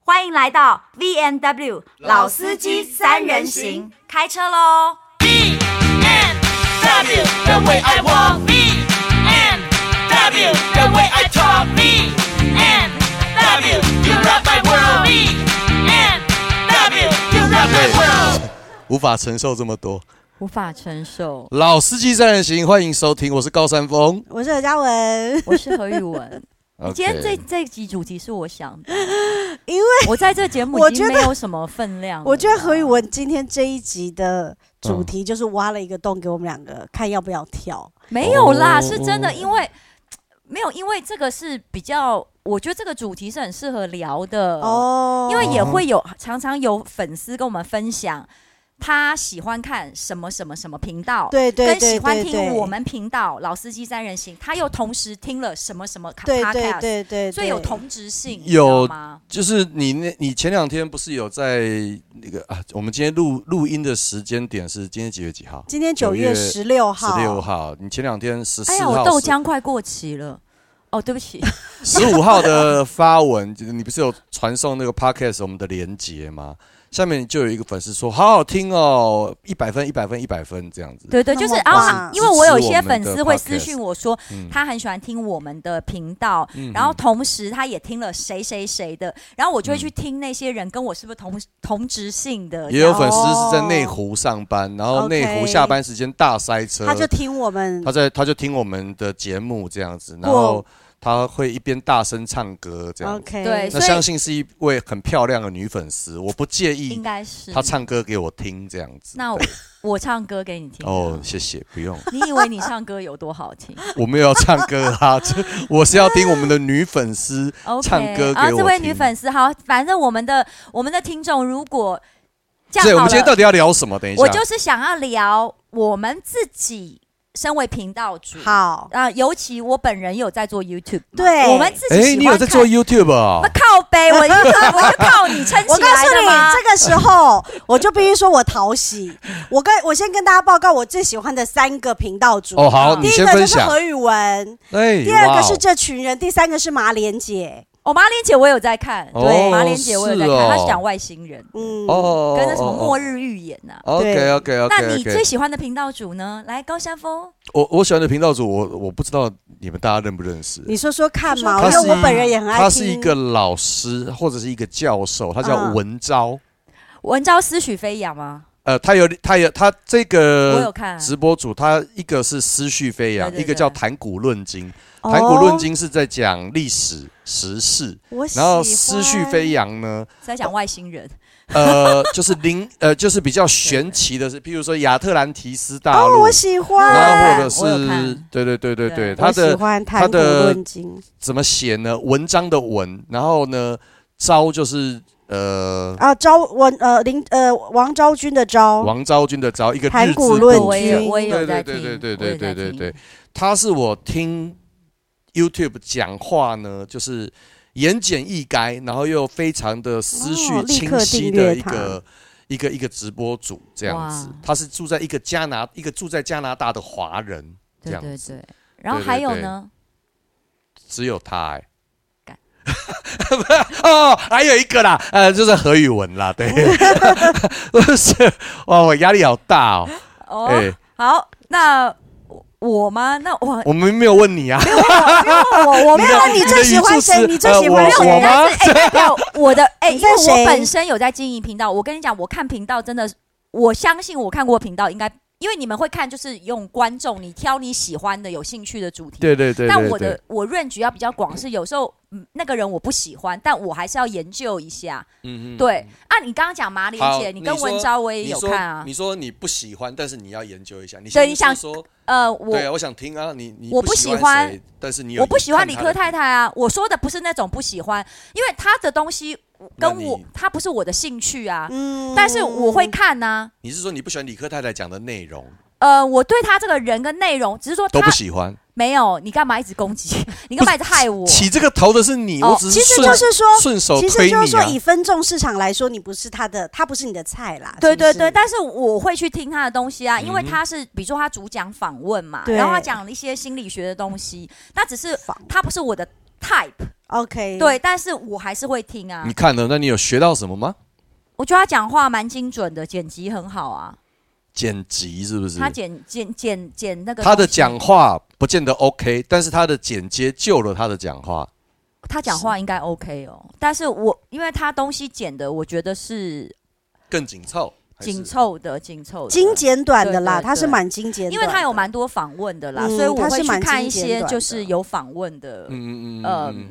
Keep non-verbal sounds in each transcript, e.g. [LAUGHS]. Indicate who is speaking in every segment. Speaker 1: 欢迎来到 V N W 老司机三人行，开车喽！
Speaker 2: B and W, the way I walk. B and W, the way I talk. B and W, you rock my world. B and W, you rock my world.
Speaker 3: 无法承受这么多。。
Speaker 4: 无法承受
Speaker 3: 老司机三人行，欢迎收听，我是高山峰。
Speaker 5: 我是何嘉文，
Speaker 4: 我是何宇
Speaker 5: [LAUGHS]
Speaker 4: 文，
Speaker 3: 你
Speaker 4: 今天这这集主题是我想的，
Speaker 5: 因为
Speaker 4: 我在这节目
Speaker 5: 我
Speaker 4: 已经没
Speaker 5: 觉得
Speaker 4: 有什么分量了。
Speaker 5: 我觉得何宇文今天这一集的主
Speaker 3: 嗯
Speaker 5: 题就是挖了一个洞给我们两个，看要不要跳。
Speaker 4: 没有啦，
Speaker 3: 哦
Speaker 4: 是真的，因为没有，因为这个是比较，我觉得这个主题是很适合聊的哦，
Speaker 5: 哦，
Speaker 4: 因为也会有常常有粉丝跟我们分享他喜欢看什么什么什么频道。
Speaker 5: 对对对
Speaker 4: 跟
Speaker 5: 对
Speaker 4: 喜欢
Speaker 5: 对
Speaker 4: 听我们频道《老司机三人行》，他又同时听了什么什么
Speaker 5: 对
Speaker 4: podcast，
Speaker 5: 对对对，
Speaker 4: 所以有同质性，你知
Speaker 3: 有
Speaker 4: 道吗？
Speaker 3: 就是你那，你前两天不是有在那个啊？我们今天录录音的时间点是今天几月几号？
Speaker 5: 今天九
Speaker 3: 9月
Speaker 5: 月十六号，
Speaker 3: 十六号。你前两天十四
Speaker 4: 哎呀，
Speaker 3: 号、
Speaker 4: 我豆浆快过期了。哦，对不
Speaker 5: [LAUGHS]
Speaker 4: 起，
Speaker 3: 十五号的发文，就是你不是有传送那个 podcast 我们的连接吗？下面就有一个粉丝说：“好好听哦，一百分，一百分，一百分，这样子。
Speaker 4: 对对，就是
Speaker 5: 那么
Speaker 4: 啊，
Speaker 5: 棒
Speaker 4: 因为我有些
Speaker 3: 支持我们
Speaker 4: 粉
Speaker 3: 的
Speaker 4: 丝会
Speaker 3: podcast
Speaker 4: 私讯我说，
Speaker 3: 嗯
Speaker 4: 他很喜欢听我们的频道，
Speaker 3: 嗯嗯
Speaker 4: 然后同时他也听了谁谁谁的，然后我就会去听那些人跟我是不是同同职性的，
Speaker 3: 也有粉丝是在内湖上班，然后内湖
Speaker 5: OK
Speaker 3: 下班时间大塞车，
Speaker 5: 他就听我们
Speaker 3: 他在他就听我们的节目这样子，然后他会一边大声唱歌这样子。
Speaker 5: OK，
Speaker 4: 对
Speaker 3: 那
Speaker 4: 所以
Speaker 3: 相信是一位很漂亮的女粉丝，我不介
Speaker 4: 应
Speaker 3: 意
Speaker 4: 该是
Speaker 3: 她。唱歌给我听这样子。
Speaker 4: 那
Speaker 3: [LAUGHS]
Speaker 4: 我我唱歌给你听
Speaker 3: 哦
Speaker 4: 啊，，
Speaker 3: 谢谢，不用，
Speaker 4: 你以为你唱歌有多好听
Speaker 3: 我没有要唱歌啊，这我是要听我们的女粉丝。
Speaker 4: ？OK，
Speaker 3: [LAUGHS] 唱歌给
Speaker 4: 啊，这
Speaker 3: 我
Speaker 4: 位
Speaker 3: 听
Speaker 4: 女粉丝好，反正我们的我们的听众如果这
Speaker 3: 对，
Speaker 4: 样
Speaker 3: 我
Speaker 4: 好
Speaker 3: 们今天
Speaker 4: 了
Speaker 3: 到。底要聊什么？等一下，
Speaker 4: 我就是想要聊我们自己身为频道主，
Speaker 5: 好，
Speaker 4: 啊、尤其我本人有在做 YouTube，嘛
Speaker 5: 对
Speaker 4: 我们自己喜欢
Speaker 3: 哎，
Speaker 4: 看。
Speaker 3: 你有在做 YouTube 啊
Speaker 4: 我？靠背，我就我就靠你撑
Speaker 5: 我
Speaker 4: 起
Speaker 5: 告
Speaker 4: 来
Speaker 5: 诉
Speaker 4: 的
Speaker 5: 你
Speaker 4: 吗？，
Speaker 5: 这个时候我就必须说我讨喜。我跟我先跟大家报告我最喜欢的三个频道主。
Speaker 3: 哦，好，你
Speaker 5: 第一
Speaker 3: 先
Speaker 5: 个
Speaker 3: 分
Speaker 5: 就是
Speaker 3: 享。
Speaker 5: 何宇文，
Speaker 3: 哎，
Speaker 5: 第二
Speaker 3: 哇
Speaker 5: 个
Speaker 3: 哦
Speaker 5: 是这群人，第三个是马莲姐。
Speaker 4: 我哦马莲姐我有在看，
Speaker 3: 哦
Speaker 4: 对，马莲姐我有在看，
Speaker 3: 是哦
Speaker 4: 她是讲外星人，
Speaker 5: 嗯，
Speaker 3: 哦，
Speaker 4: 跟那什么末
Speaker 3: 日
Speaker 4: 日预言啊呐、
Speaker 3: ？OK OK OK。
Speaker 4: 那你最喜欢的频道主呢？来，高山峰，
Speaker 3: 我我喜欢的频道主，我我不知道你们大家认不认识。
Speaker 5: 你说说看嘛，
Speaker 4: 说
Speaker 3: 他
Speaker 5: 因
Speaker 3: 是
Speaker 5: 为我本人也很爱听。
Speaker 3: 他是一个老师或者是一个教授，他叫
Speaker 5: 嗯
Speaker 3: 文昭。
Speaker 4: 文昭思绪飞扬吗？
Speaker 3: 呃，他有他有他这
Speaker 4: 我有
Speaker 3: 个
Speaker 4: 看，
Speaker 3: 直播主，他一个是思绪飞扬，
Speaker 4: 对对
Speaker 3: 一个
Speaker 4: 对
Speaker 3: 叫谈古论今。
Speaker 5: 哦
Speaker 3: 谈古论今是在讲历史时事，
Speaker 5: 我喜
Speaker 3: 然
Speaker 5: 欢
Speaker 3: 后思绪飞扬呢，
Speaker 4: 在讲外星人，
Speaker 3: 呃，就是灵呃就是比较玄奇的是，譬如说亚特兰提斯大
Speaker 5: 哦，
Speaker 3: 陆
Speaker 5: 我，喜欢，
Speaker 3: 然后或者
Speaker 4: 我有
Speaker 3: 是
Speaker 4: 看
Speaker 3: 对对对对对，
Speaker 4: 对
Speaker 3: 他
Speaker 5: 我
Speaker 3: 的
Speaker 5: 喜欢
Speaker 3: 他
Speaker 5: 谈古
Speaker 3: 的
Speaker 5: 论今，
Speaker 3: 怎么写呢？文章的文，然后呢，昭就是呃
Speaker 5: 啊，昭文呃林呃王昭君的昭，
Speaker 3: 王昭君的昭，一个日
Speaker 5: 谈
Speaker 3: 字
Speaker 5: 古
Speaker 3: 部
Speaker 5: 论
Speaker 4: 我也
Speaker 5: 君
Speaker 4: 我也有
Speaker 3: 对
Speaker 4: 在
Speaker 3: 对
Speaker 4: 听，
Speaker 3: 对对对
Speaker 4: 我也
Speaker 3: 对
Speaker 4: 在
Speaker 3: 对对
Speaker 4: 听
Speaker 3: 对，他是我听 YouTube 讲话呢，就是言简意赅，然后又非常的思绪
Speaker 5: 哦立
Speaker 3: 清
Speaker 5: 刻
Speaker 3: 晰
Speaker 5: 订
Speaker 3: 的
Speaker 5: 阅
Speaker 3: 一
Speaker 5: 他
Speaker 3: 个。一个一个直播主这样子
Speaker 4: 哇，
Speaker 3: 他是住在一个加拿一个住在加拿大的华人这
Speaker 4: 对
Speaker 3: 样
Speaker 4: 对
Speaker 3: 子，
Speaker 4: 对。然后
Speaker 3: 对对
Speaker 4: 还有
Speaker 3: 对
Speaker 4: 呢？
Speaker 3: 只有他哎、
Speaker 4: 干
Speaker 3: [LAUGHS] 哦，还有一个啦，呃，就是何宇文啦，对， [LAUGHS] 是哇，我压力好大哦，
Speaker 4: 哦，
Speaker 3: 哎、
Speaker 4: 好，那我我吗？那我哎
Speaker 3: 我们没有问你啊，
Speaker 4: 我我没
Speaker 5: 没
Speaker 4: 有。
Speaker 5: 有啊，
Speaker 3: 你
Speaker 5: 你
Speaker 3: 的
Speaker 5: 最喜
Speaker 3: 语
Speaker 5: 欢
Speaker 3: 助
Speaker 5: 谁？
Speaker 3: 词
Speaker 5: 你最
Speaker 3: 呃
Speaker 5: 喜欢
Speaker 3: 我我
Speaker 5: 谁？
Speaker 3: 吗？
Speaker 4: 但是哎，没有
Speaker 5: [LAUGHS]
Speaker 4: 我的哎，
Speaker 5: 你
Speaker 4: 因
Speaker 5: 在
Speaker 4: 为我
Speaker 5: 谁
Speaker 4: 本身有在经营频道。我跟你讲，我看频道真的，我相信我看过频道，应该因为你们会看，就是用观众你挑你喜欢的、有兴趣的主题。
Speaker 3: 对对对对对，
Speaker 4: 但我的我 range 要比较广，是有时候嗯那个人我不喜欢，但我还是要研究一下。
Speaker 3: 嗯嗯，
Speaker 4: 对，啊，你刚刚讲马
Speaker 3: 好
Speaker 4: 莲姐，你
Speaker 3: 你
Speaker 4: 跟
Speaker 3: 说
Speaker 4: 文昭我也
Speaker 3: 你
Speaker 4: 有
Speaker 3: 说
Speaker 4: 看啊。
Speaker 3: 你说你不喜欢，但是你要研究一下，你
Speaker 4: 对
Speaker 3: 先
Speaker 4: 你想
Speaker 3: 说说，
Speaker 4: 呃，我
Speaker 3: 对啊，我想听啊，你你
Speaker 4: 我不
Speaker 3: 不
Speaker 4: 喜
Speaker 3: 欢
Speaker 4: 欢
Speaker 3: 谁，但是你有
Speaker 4: 我不喜欢
Speaker 3: 看
Speaker 4: 理
Speaker 3: 他
Speaker 4: 科
Speaker 3: 的
Speaker 4: 太太啊，我说的不是那种不喜欢，因为他的东西
Speaker 3: 那
Speaker 4: 跟我
Speaker 3: 你
Speaker 4: 他不是我的兴趣啊，
Speaker 5: 嗯
Speaker 4: 但是我会看呐、
Speaker 3: 你是说你不喜欢理科太太讲的内容
Speaker 4: 呃，我对他这个人跟内容，只是说
Speaker 3: 都
Speaker 4: 他
Speaker 3: 不喜欢，
Speaker 4: 没有，你干嘛一直攻击？ [LAUGHS] 你干嘛一直害我？
Speaker 3: 起这个头的是你，
Speaker 4: 哦
Speaker 3: 我只
Speaker 5: 其实
Speaker 3: 顺
Speaker 5: 就是说，
Speaker 3: 顺手
Speaker 5: 其
Speaker 3: 推
Speaker 5: 实
Speaker 3: 你
Speaker 5: 就是说，
Speaker 3: 啊
Speaker 5: 以。分众市场来说，你不是他的，他不是你的菜啦。
Speaker 4: 对
Speaker 5: 啊是不
Speaker 4: 对
Speaker 5: 是
Speaker 4: 对，但是我会去听他的东西啊，因为
Speaker 3: 嗯哼
Speaker 4: 他是比如说他主讲访问嘛，
Speaker 5: 对
Speaker 4: 然后他讲了一些心理学的东西，那只是
Speaker 5: 仿嗯
Speaker 4: 他不是我的 type，
Speaker 5: OK，
Speaker 4: 对，但是我还是会听啊
Speaker 3: 你。看了，那你有学到什么吗？
Speaker 4: 我觉得他讲话蛮精准的，剪辑很好啊。
Speaker 3: 剪辑是不是？
Speaker 4: 他剪剪剪剪那个
Speaker 3: 他的
Speaker 4: 东西啊
Speaker 3: 讲，话不见得 OK，但是他的剪接救了他的讲话。
Speaker 4: 他讲话应该 OK 哦。但是我因为他东西剪的，我觉得是
Speaker 3: 更紧凑，还是
Speaker 4: 紧凑的，紧凑的
Speaker 5: 精简短的啦，
Speaker 4: 对对对
Speaker 5: 它是蛮精简短的，
Speaker 4: 因为他有蛮多访问的啦，
Speaker 5: 嗯
Speaker 4: 所以我
Speaker 5: 他
Speaker 4: 会
Speaker 5: 是
Speaker 4: 去
Speaker 5: 蛮
Speaker 4: 看一
Speaker 5: 精简
Speaker 4: 些
Speaker 5: 短
Speaker 4: 就
Speaker 5: 的
Speaker 4: 是有访问的
Speaker 3: 嗯嗯嗯
Speaker 4: 呃
Speaker 3: 嗯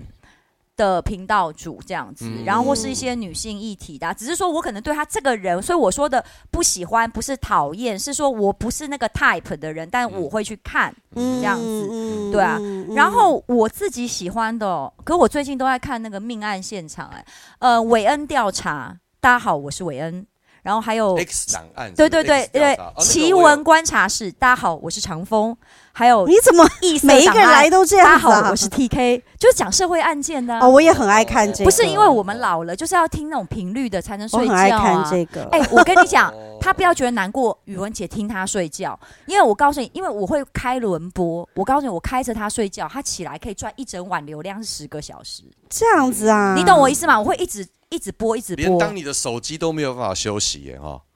Speaker 4: 的频道主这样子，
Speaker 3: 嗯
Speaker 4: 然后或是一些女性议题的啊、只是说我可能对他这个人，所以我说的不喜欢不是讨厌，是说我不是那个 type 的人，但我会去看。
Speaker 5: 嗯
Speaker 4: 这样子
Speaker 5: 嗯
Speaker 4: 对啊
Speaker 5: 嗯嗯
Speaker 4: 然后我自己喜欢的、哦，可我最近都在看那个命案现场、哎，呃，韦恩调查。大家好，我是韦恩。然后还有
Speaker 3: 嗯 X 档案是不
Speaker 4: 对
Speaker 3: 是，
Speaker 4: 哦对对
Speaker 3: X 调
Speaker 4: 对
Speaker 3: 查，哦
Speaker 4: 奇闻，观察室。大家好，我是长风。还有
Speaker 5: 你怎么
Speaker 4: 异色
Speaker 5: 每一个
Speaker 4: 档
Speaker 5: 人
Speaker 4: 案
Speaker 5: 来都这
Speaker 4: 大家
Speaker 5: 样子
Speaker 4: 好，
Speaker 5: 啊
Speaker 4: 我？是 TK，就是讲社会案件的啊、
Speaker 5: 哦，我也很爱看这个，
Speaker 4: 不是因为我们老了，就是要听那种频率的才能
Speaker 5: 我
Speaker 4: 睡
Speaker 5: 很
Speaker 4: 觉
Speaker 5: 爱看
Speaker 4: 啊。
Speaker 5: 这个，
Speaker 4: 哎、我跟你讲
Speaker 3: 哦，
Speaker 4: 他不要觉得难过。宇文姐听他睡觉，因为我告诉你，因为我会开轮播，我告诉你，我开着他睡觉，他起来可以赚一整晚流量是十个小时，
Speaker 5: 这样子啊，
Speaker 4: 你懂我意思吗？我会一直一直播，一直
Speaker 3: 连
Speaker 4: 播。
Speaker 3: 当你的手机都没有办法休息耶哈。 [LAUGHS]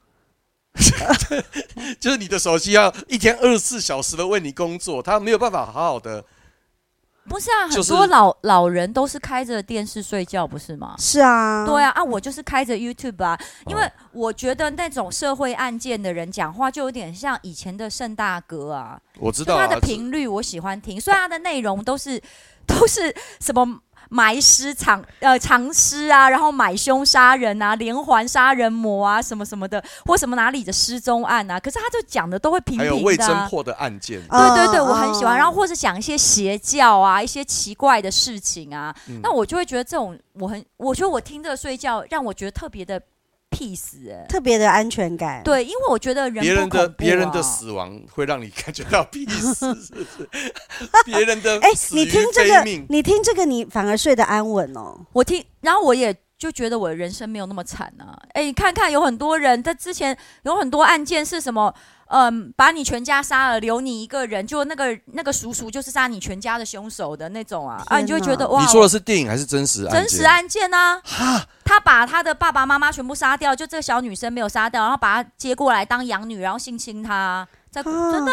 Speaker 3: 就是你的手机要一天二十四小时的为你工作，他没有办法好好的。
Speaker 4: 不是啊，很
Speaker 3: 就是
Speaker 4: 多老老人都是开着电视睡觉，不是吗？
Speaker 5: 是啊，
Speaker 4: 对啊，啊，我就是开着 YouTube 啊，因为
Speaker 3: 哦
Speaker 4: 我觉得那种社会案件的人讲话就有点像以前的盛大哥啊，
Speaker 3: 我知
Speaker 4: 就
Speaker 3: 道
Speaker 4: 他
Speaker 3: 啊，
Speaker 4: 的频率我喜欢听，虽然他的内容都是 [LAUGHS] 都是什么埋尸藏呃藏尸啊，然后买凶杀人啊，连环杀人魔啊，什么什么的，或什么哪里的失踪案啊，可是他就讲的都会平
Speaker 3: 还有
Speaker 4: 平
Speaker 3: 未
Speaker 4: 的、
Speaker 3: 侦
Speaker 4: 啊。
Speaker 3: 破的案件，
Speaker 5: 嗯，
Speaker 4: 对对对，我很喜欢。
Speaker 5: 嗯
Speaker 4: 然后或者讲一些邪教啊，一些奇怪的事情啊，
Speaker 3: 嗯
Speaker 4: 那我就会觉得这种我很，我觉得我听着睡觉让我觉得特别的 peace 哎、
Speaker 5: 特别的安全感，
Speaker 4: 对，因为我觉得人
Speaker 3: 别人
Speaker 4: 不恐
Speaker 3: 的
Speaker 4: 怖啊
Speaker 3: 别人的死亡会让你感觉到 [LAUGHS] p e 是不是？
Speaker 4: [LAUGHS]
Speaker 3: 别人的
Speaker 5: 哎，
Speaker 3: 死于
Speaker 5: 你听这
Speaker 3: 非
Speaker 5: 个
Speaker 3: 命，
Speaker 5: 你听这个，你反而睡得安稳哦。
Speaker 3: [LAUGHS]
Speaker 4: 我听，然后我也就觉得我的人生没有那么惨啊。哎，你看看有很多人，他之前有很多案件是什么？嗯，把你全家杀了，留你一个人，就那个那个叔叔就是杀你全家的凶手的那种啊啊！
Speaker 5: 天
Speaker 4: 你就会觉得
Speaker 5: 哪
Speaker 4: 哇，
Speaker 3: 你说的是电影还是真实案件？
Speaker 4: 真实案件啊，他把他的爸爸妈妈全部杀掉，就这个小女生没有杀掉，然后把她接过来当养女，然后性侵她，在、真的，啊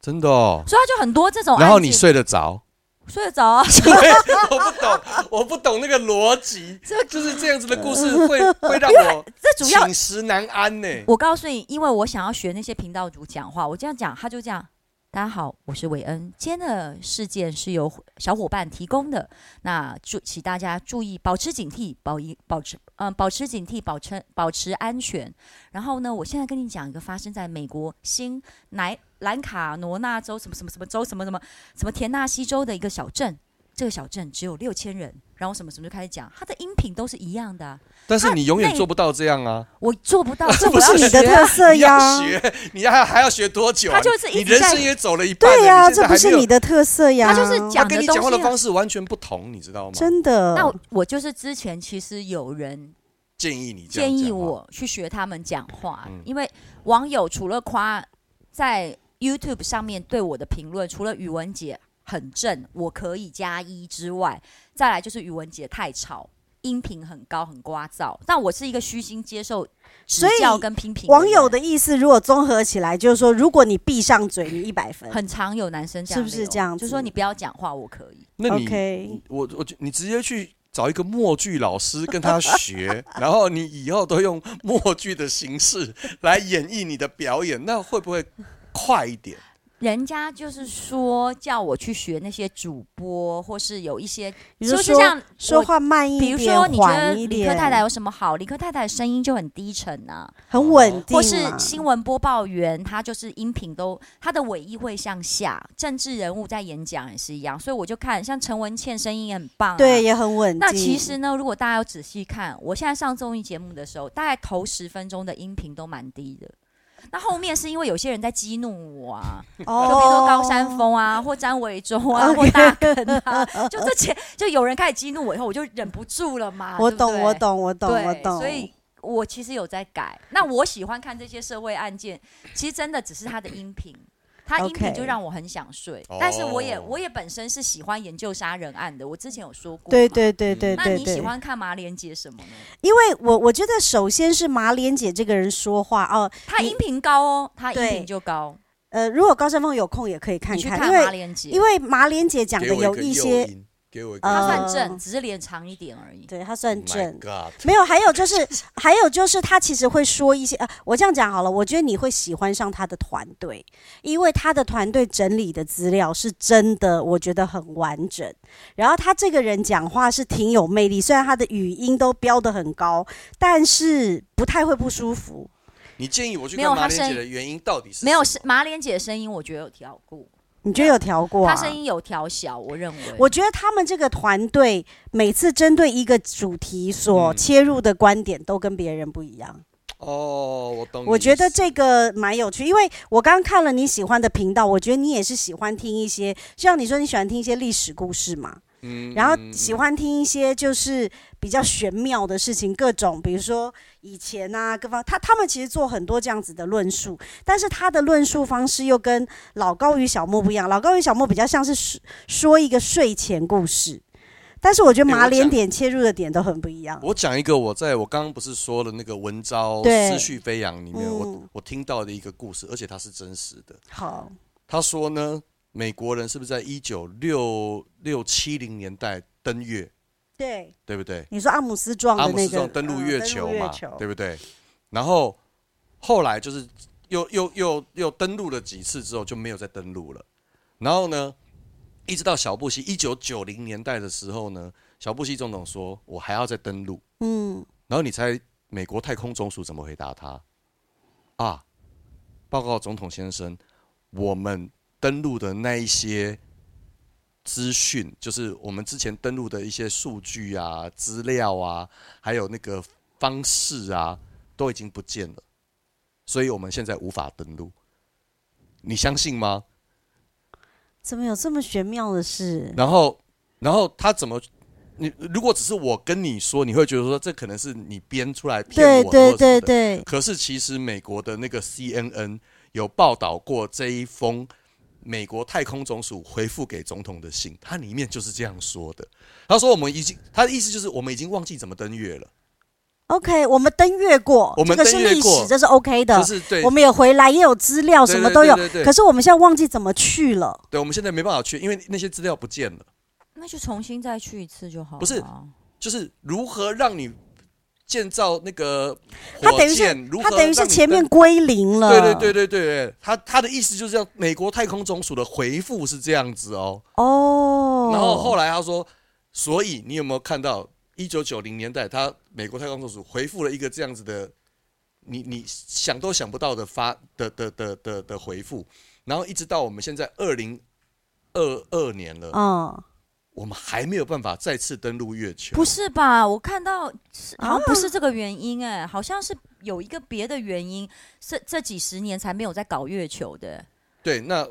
Speaker 3: 真的哦。
Speaker 4: 所以他就很多这种案件。
Speaker 3: 然后你睡得着？
Speaker 4: 睡得着啊？
Speaker 3: [LAUGHS] 我不懂，我不懂那个逻辑，就是这样子的故事会
Speaker 4: [LAUGHS]
Speaker 3: 会让我
Speaker 4: 这主要
Speaker 3: 寝食难安呢。
Speaker 4: 我告诉你，因为我想要学那些频道主讲话，我这样讲，他就这样。大家好，我是韦恩。今天的事件是由小伙伴提供的，那注请大家注意保持警惕，保一保持嗯保持警惕，保持保持安全。然后呢，我现在跟你讲一个发生在美国新南兰卡罗纳州什么什么什么州什么什么什么田纳西州的一个小镇，这个小镇只有六千人，然后什么什么就开始讲，它的音频都是一样的啊、
Speaker 3: 但是
Speaker 4: 啊
Speaker 3: 你永远
Speaker 4: 那
Speaker 3: 做不到这样啊！
Speaker 4: 我做不
Speaker 5: [LAUGHS]
Speaker 4: 到，这
Speaker 5: 不
Speaker 4: 我要
Speaker 5: 是你
Speaker 4: 学
Speaker 5: 的
Speaker 4: 啊
Speaker 5: 特色
Speaker 3: 你要
Speaker 5: 呀，
Speaker 3: 学，你要还要学多久啊？
Speaker 4: 他就是
Speaker 3: 你
Speaker 4: 一
Speaker 3: 你人
Speaker 4: 直在
Speaker 3: 生也走了一半了，
Speaker 5: 对呀，
Speaker 3: 你现在
Speaker 5: 这不
Speaker 3: 还没
Speaker 5: 是
Speaker 3: 有
Speaker 5: 你的特色呀。
Speaker 4: 他就是
Speaker 3: 他
Speaker 4: 讲
Speaker 3: 跟
Speaker 4: 的
Speaker 3: 你讲话
Speaker 4: 东
Speaker 3: 的
Speaker 4: 西啊。
Speaker 3: 方式完全不同，你知道吗？
Speaker 5: 真的。
Speaker 4: 那我我就是之前其实有人
Speaker 3: 建议你这样
Speaker 4: 建议
Speaker 3: 讲话，
Speaker 4: 我去学他们讲话，
Speaker 3: 嗯
Speaker 4: 因为网友除了夸在 YouTube 上面对我的评论，除了宇文姐很正，我可以加一之外，再来就是宇文姐太吵。音频很高，很聒噪，但我是一个虚心接受指
Speaker 5: 所以
Speaker 4: 教跟批评人。
Speaker 3: 啊
Speaker 5: 网友的意思，如果综合起来，就是说，如果你闭上嘴，你一百分。
Speaker 4: 很常有男生这样
Speaker 5: 是不是
Speaker 4: 留
Speaker 5: 这样
Speaker 4: 就
Speaker 5: 子
Speaker 4: 说你不要讲话，我可以。
Speaker 3: 那你
Speaker 5: OK
Speaker 3: 我我你直接去找一个默剧老师跟他学， [LAUGHS] 然后你以后都用默剧的形式来演绎你的表演，那会不会快一点？
Speaker 4: 人家就是说叫我去学那些主播，或是有一些，
Speaker 5: 你
Speaker 4: 就是是
Speaker 5: 说
Speaker 4: 像
Speaker 5: 说
Speaker 4: 我
Speaker 5: 话慢一
Speaker 4: 比如
Speaker 5: 点，
Speaker 4: 说，你觉得
Speaker 5: 缓一
Speaker 4: 理
Speaker 5: 点，
Speaker 4: 科太太有什么好？理科太太的声音就很低沉啊，
Speaker 5: 很稳定
Speaker 4: 或
Speaker 5: 嘛，
Speaker 4: 是新闻播报员，他就是音频都他的尾翼会向下。政治人物在演讲也是一样，所以我就看像陈文茜声音也很棒、啊，
Speaker 5: 对，。也很稳定。
Speaker 4: 那其实呢，如果大家要仔细看，我现在上综艺节目的时候，大概头十分钟的音频都蛮低的。那后面是因为有些人在激怒我啊，
Speaker 5: 哦，
Speaker 4: 就比如说高山峰啊，或张伟忠啊，或大根啊，就这些，就有人开始激怒我以后，我就忍不住了嘛。
Speaker 5: 我
Speaker 4: 啊对不
Speaker 5: 懂，
Speaker 4: 对
Speaker 5: 我，懂，我懂，
Speaker 4: 对
Speaker 5: 我懂。
Speaker 4: 所以我其实有在改。那我喜欢看这些社会案件，其实真的只是他的音频，他音频
Speaker 5: OK
Speaker 4: 就让我很想睡。
Speaker 3: 哦
Speaker 4: 但是我也我也本身是喜欢研究杀人案的，我之前有说过。
Speaker 5: 对。对对对
Speaker 4: 那
Speaker 5: 对
Speaker 4: 你喜
Speaker 5: 对，
Speaker 4: 欢看马连杰什么呢？
Speaker 5: 因为我我觉得首先是马莲姐这个人说话哦，
Speaker 4: 他音频高哦，他音
Speaker 5: 对
Speaker 4: 频就高。
Speaker 5: 呃，如果高山峰有空也可以看
Speaker 4: 你去
Speaker 5: 看，
Speaker 4: 看
Speaker 5: 因
Speaker 4: 马
Speaker 5: 为
Speaker 4: 连杰，
Speaker 5: 因为马莲姐讲
Speaker 3: 给
Speaker 5: 的
Speaker 3: 我
Speaker 5: 有
Speaker 3: 一
Speaker 5: 一
Speaker 3: 个
Speaker 5: 些
Speaker 3: 诱，因，给我一
Speaker 4: 他
Speaker 5: 呃
Speaker 3: 个，Oh
Speaker 4: 算正，只是脸长一点而已。
Speaker 5: 对她算正
Speaker 3: My，God，
Speaker 5: 没有，还有就是，还有就是，他其实会说一些，呃，我这样讲好了，我觉得你会喜欢上他的团队，因为他的团队整理的资料是真的，我觉得很完整。然后他这个人讲话是挺有魅力，虽然他的语音都标得很高，但是不太会不舒服。
Speaker 3: 你建议我去
Speaker 4: 没有
Speaker 3: 看
Speaker 4: 他
Speaker 3: 马莲姐
Speaker 4: 声
Speaker 3: 的原因到底是
Speaker 4: 没有
Speaker 3: 什
Speaker 4: 是马连姐的声音，我觉得有调过，
Speaker 5: 你觉得有调过、啊？
Speaker 4: 她声音有调小，我认为。
Speaker 5: 我觉得他们这个团队每次针对一个主题所
Speaker 3: 嗯
Speaker 5: 切入的观点都跟别人不一样。
Speaker 3: 么哦，我懂你意思。
Speaker 5: 我觉得这个蛮有趣，因为我刚看了你喜欢的频道，我觉得你也是喜欢听一些，就像你说你喜欢听一些历史故事嘛，
Speaker 3: 嗯，
Speaker 5: 然后
Speaker 3: 嗯
Speaker 5: 喜欢听一些就是比较玄妙的事情，各种比如说以前啊各方，他他们其实做很多这样子的论述，但是他的论述方式又跟老高与小莫不一样，老高与小莫比较像是说说一个睡前故事，但是我觉得
Speaker 3: 对哎我
Speaker 5: 马连
Speaker 3: 讲
Speaker 5: 点切入的点都很不一样。
Speaker 3: 我讲一个我在我刚刚不是说了那个文章
Speaker 5: 对
Speaker 3: 思绪飞扬里面，
Speaker 5: 嗯
Speaker 3: 我我听到的一个故事，而且它是真实的。
Speaker 5: 好，
Speaker 3: 他说呢，美国人是不是在一九六六七零年代登月，
Speaker 5: 对，
Speaker 3: 对不对？
Speaker 5: 你说阿姆斯壮的
Speaker 3: 阿
Speaker 5: 那
Speaker 3: 姆
Speaker 5: 个
Speaker 3: 斯壮登陆
Speaker 5: 呃
Speaker 3: 月球嘛，对不对？然后后来就是又又又又登陆了几次之后就没有再登陆了。然后呢，一直到小布希一九九零年代的时候呢，小布希总统说：“我还要再登陆。
Speaker 5: 嗯。”
Speaker 3: 然后你猜美国太空总署怎么回答他？啊，报告总统先生，我们登录的那一些资讯，就是我们之前登录的一些数据啊、资料啊，还有那个方式啊，都已经不见了，所以我们现在无法登录。你相信吗？
Speaker 5: 怎么有这么玄妙的事？
Speaker 3: 然后，然后他怎么？你如果只是我跟你说，你会觉得说这可能是你编出来骗
Speaker 5: 对
Speaker 3: 我的或
Speaker 5: 对
Speaker 3: 者什么
Speaker 5: 对
Speaker 3: 的
Speaker 5: 对，
Speaker 3: 可是其实美国的那个 CNN 有报道过这一封美国太空总署回复给总统的信，它里面就是这样说的。他说我们已经，他的意思就是我们已经忘记怎么登月了，
Speaker 5: OK，我们登月过，
Speaker 3: 我们
Speaker 5: 这个是
Speaker 3: 登月
Speaker 5: 历
Speaker 3: 过
Speaker 5: 史，这是 OK 的。
Speaker 3: 就是对
Speaker 5: 我们也回来，也有资料，
Speaker 3: 对
Speaker 5: 什么都有
Speaker 3: 对对对。对
Speaker 5: 可是我们现在忘记怎么去了。
Speaker 3: 对，我们现在没办法去，因为那些资料不见了。
Speaker 4: 那就重新再去一次就好了。
Speaker 3: 不是就是如何让你建造那个
Speaker 5: 它等
Speaker 3: 火
Speaker 5: 于是
Speaker 3: 箭，如
Speaker 5: 它
Speaker 3: 何
Speaker 5: 等于
Speaker 3: 让
Speaker 5: 是
Speaker 3: 你
Speaker 5: 前面
Speaker 3: 登
Speaker 5: 归零了。
Speaker 3: 对对对。对对对，他他的意思就是这样。美国太空总署的回复是这样子哦。
Speaker 5: 哦。
Speaker 3: 然后后来他说，所以你有没有看到一九九零年代，他美国太空总署回复了一个这样子的，你你想都想不到的发的的的的的回复，然后一直到我们现在二零二二年了，
Speaker 5: 嗯，
Speaker 3: 我们还没有办法再次登陆月球
Speaker 4: 不。是吧？我看到是
Speaker 3: 啊
Speaker 4: 好像不是这个原因哎、好像是有一个别的原因，是这几十年才没有在搞月球的。
Speaker 3: 对，那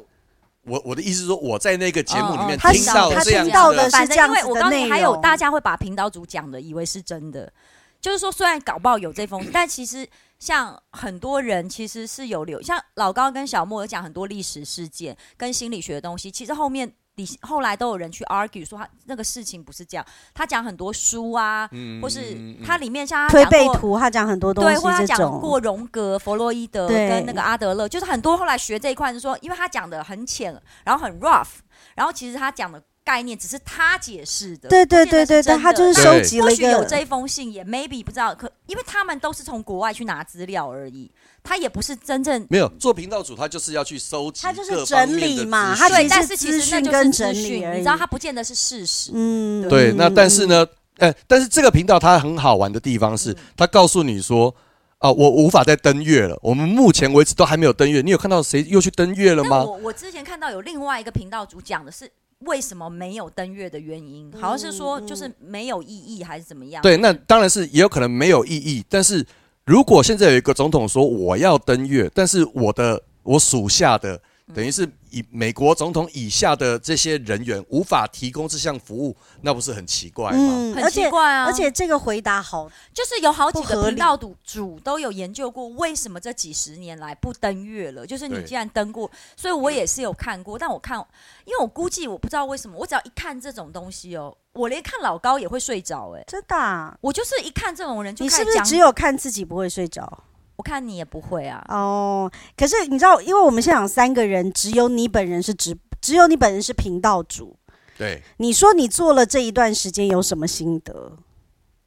Speaker 3: 我我的意思是说，我在那个节目里面
Speaker 4: 哦哦
Speaker 3: 听到
Speaker 5: 他
Speaker 3: 这样
Speaker 5: 听到
Speaker 3: 子
Speaker 5: 的
Speaker 3: 的，
Speaker 4: 反
Speaker 5: 是这
Speaker 4: 正
Speaker 5: 样
Speaker 4: 因
Speaker 5: 子
Speaker 4: 为
Speaker 5: 的
Speaker 4: 我告诉
Speaker 5: 内
Speaker 4: 你，还有
Speaker 5: 容
Speaker 4: 大家会把频道主讲的以为是真的，就是说虽然搞不好有这封，但其实像很多人其实是有留，像老高跟小莫有讲很多历史事件跟心理学的东西，其实后面。你后来都有人去 argue 说他那个事情不是这样，他讲很多书啊，
Speaker 3: 嗯
Speaker 4: 或是
Speaker 3: 嗯嗯嗯
Speaker 4: 他里面像他
Speaker 5: 推
Speaker 4: 讲
Speaker 5: 背
Speaker 4: 过
Speaker 5: 图，他讲很多东
Speaker 4: 对，
Speaker 5: 西
Speaker 4: 或者他
Speaker 5: 这
Speaker 4: 讲
Speaker 5: 种。
Speaker 4: 过荣格、弗洛伊德
Speaker 5: 对
Speaker 4: 跟那个阿德勒，就是很多后来学这一块，是说因为他讲的很浅，然后很 rough，然后其实他讲的概念只是他解释的，
Speaker 5: 对对
Speaker 4: 不见
Speaker 5: 对
Speaker 4: 得
Speaker 5: 对对，
Speaker 4: 真
Speaker 5: 他
Speaker 4: 的
Speaker 5: 就是
Speaker 4: 但
Speaker 3: 对
Speaker 5: 收集
Speaker 4: 或
Speaker 5: 了一
Speaker 4: 许有
Speaker 5: 个。
Speaker 4: 这一封信，也 maybe 不知道，可因为他们都是从国外去拿资料而已，他也不是真正
Speaker 3: 没有做频道主，他就是要去收集
Speaker 5: 他就是
Speaker 3: 各方面的
Speaker 5: 整理嘛
Speaker 3: 资讯
Speaker 5: 他
Speaker 4: 对，
Speaker 5: 其实
Speaker 4: 但
Speaker 5: 是
Speaker 4: 是其
Speaker 5: 资
Speaker 4: 实那
Speaker 5: 讯
Speaker 4: 就
Speaker 5: 跟
Speaker 4: 是
Speaker 5: 整
Speaker 4: 资
Speaker 5: 理
Speaker 4: 讯，
Speaker 5: 而
Speaker 4: 你
Speaker 5: 已
Speaker 4: 知道他不见得是事实，
Speaker 5: 嗯，
Speaker 3: 对，那但
Speaker 5: 嗯
Speaker 3: 是呢，哎、但是这个频道它很好玩的地方是，它告诉你说，啊，我无法再登月了，我们目前为止都还没有登月。你有看到谁又去登月了
Speaker 4: 那
Speaker 3: 吗？
Speaker 4: 我我之前看到有另外一个频道主讲的是为什么没有登月的原因，好像
Speaker 5: 嗯
Speaker 4: 是说就是没有意义还是怎么样？
Speaker 3: 对，那当然是也有可能没有意义。但是如
Speaker 5: 嗯
Speaker 3: 果现在有一个总统说我要登月，但是我的我属下的等于是以美国总统以下的这些人员无法提供这项服务，那不是很奇怪吗？
Speaker 5: 嗯，
Speaker 4: 很
Speaker 5: 而
Speaker 4: 奇
Speaker 5: 且
Speaker 4: 怪啊，
Speaker 5: 而且这个回答好，
Speaker 4: 就是有好几
Speaker 5: 不
Speaker 4: 个
Speaker 5: 合
Speaker 4: 频
Speaker 5: 理
Speaker 4: 道主主都有研究过，为什么这几十年来不登月了？就是你
Speaker 3: 对
Speaker 4: 既然登过，所以我也是有看过，但我看，因为我估计我不知道为什么，我只要一看这种东西哦，我连看老高也会睡着、哎，
Speaker 5: 真的啊、
Speaker 4: 我就是一看这种人就
Speaker 5: 你
Speaker 4: 开
Speaker 5: 是
Speaker 4: 始
Speaker 5: 不是
Speaker 4: 讲，
Speaker 5: 只有看自己不会睡着？
Speaker 4: 我看你也不会啊？
Speaker 5: 哦，可是你知道，因为我们现场三个人，只有你本人是直，只有你本人是频道主。
Speaker 3: 对，
Speaker 5: 你说你做了这一段时间有什么心得？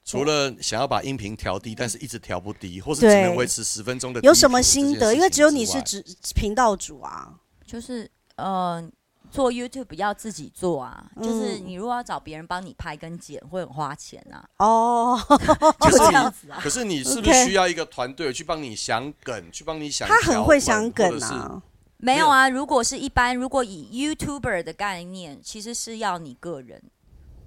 Speaker 3: 除了想要把音频调低，但是一直调不低，或是只
Speaker 5: 对
Speaker 3: 能维持十分钟的低频
Speaker 5: 有什么心
Speaker 3: 呃这件事
Speaker 5: 得？
Speaker 3: 情
Speaker 5: 因为只有你
Speaker 3: 之
Speaker 5: 是
Speaker 3: 外
Speaker 5: 直频道主啊。
Speaker 4: 就是呃，做 YouTube 要自己做啊，就是
Speaker 5: 嗯
Speaker 4: 你如果要找别人帮你拍跟剪，会很花钱啊，
Speaker 5: 哦，
Speaker 4: 就
Speaker 3: 可是
Speaker 4: 这
Speaker 3: 你
Speaker 4: 样子啊。
Speaker 3: 可是你是不
Speaker 5: OK
Speaker 3: 是需要一个团队去帮你想梗，去帮你想？
Speaker 5: [LAUGHS] 他很会想梗！啊。
Speaker 4: 没有啊，如果是一般，如果以 YouTuber 的概念，其实是要你个人，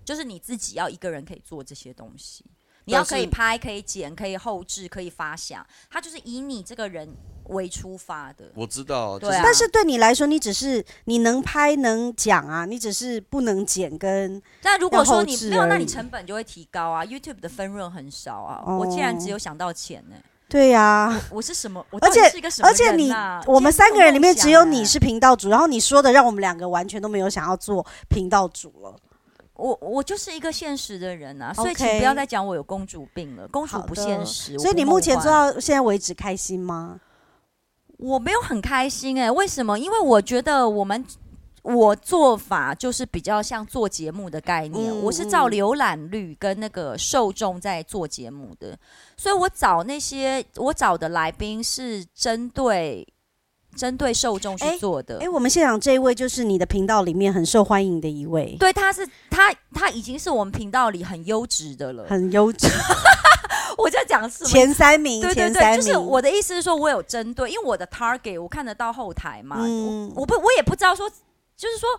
Speaker 4: 就是你自己要一个人可以做这些东西。你要
Speaker 3: 但是
Speaker 4: 可以拍，可以剪，可以后置，可以发想，它就是以你这个人为出发的。
Speaker 3: 我知道，就
Speaker 4: 对
Speaker 3: 是
Speaker 4: 啊
Speaker 5: 但是对你来说，你只是你能拍能讲啊，你只是不能剪跟
Speaker 4: 那如果说你
Speaker 5: 要后置
Speaker 4: 没有，那你
Speaker 5: 而已
Speaker 4: 成本就会提高啊。YouTube 的分润很少啊，
Speaker 5: 哦
Speaker 4: 我竟然只有想到钱呢、
Speaker 5: 对啊呀、
Speaker 4: 我是什么？我到
Speaker 5: 而
Speaker 4: 底
Speaker 5: 且
Speaker 4: 是一个什么
Speaker 5: 而且
Speaker 4: 人啊
Speaker 5: 你
Speaker 4: 呐、
Speaker 5: 我们三个人里面只有
Speaker 4: 这
Speaker 5: 你
Speaker 4: 样子
Speaker 5: 是频道主，然后你说的让我们两个完全都没有想要做频道主
Speaker 4: 我梦
Speaker 5: 了。
Speaker 4: 想啊，我我就是一个现实的人啊，所以
Speaker 5: OK
Speaker 4: 请不要再讲我有公主病了，公主不现实。
Speaker 5: 所以你
Speaker 4: 我不梦
Speaker 5: 目前
Speaker 4: 幻啊
Speaker 5: 做到现在为止开心吗？
Speaker 4: 我没有很开心哎、为什么？因为我觉得我们我做法就是比较像做节目的概念，
Speaker 5: 嗯
Speaker 4: 我是照浏览率跟那个受众在做节目的，所以我找那些我找的来宾是针对针对受众去
Speaker 5: 哎
Speaker 4: 做的。
Speaker 5: 哎，我们现场这一位就是你的频道里面很受欢迎的一位，
Speaker 4: 对，他是他，他已经是我们频道里很优质的了。
Speaker 5: 很优质，
Speaker 4: 我在讲什么？
Speaker 5: 前三名，
Speaker 4: 对对
Speaker 5: 前三
Speaker 4: 对，
Speaker 5: 名，
Speaker 4: 就是我的意思是说，我有针对，因为我的 target 我看得到后台嘛，
Speaker 5: 嗯
Speaker 4: 我我不我也不知道说，就是说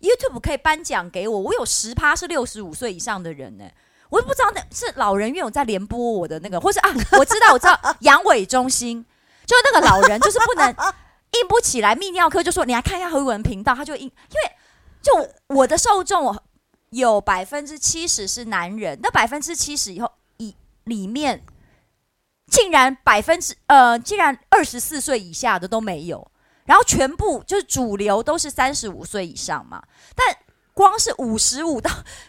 Speaker 4: YouTube 可以颁奖给我，我有十趴是六十五岁以上的人呢、我也不知道那是老人院有在联播我的那个，或是啊，我知道我知道阳痿中心，就那个老人就是不能硬不起来，泌尿科就说你来看一下何宇文频道，他就硬，因为就我的受众有百分之七十是男人，那百分之七十以后以里面竟然百分之呃，竟然二十四岁以下的都没有，然后全部就是主流都是三十五岁以上嘛，但光是五十五到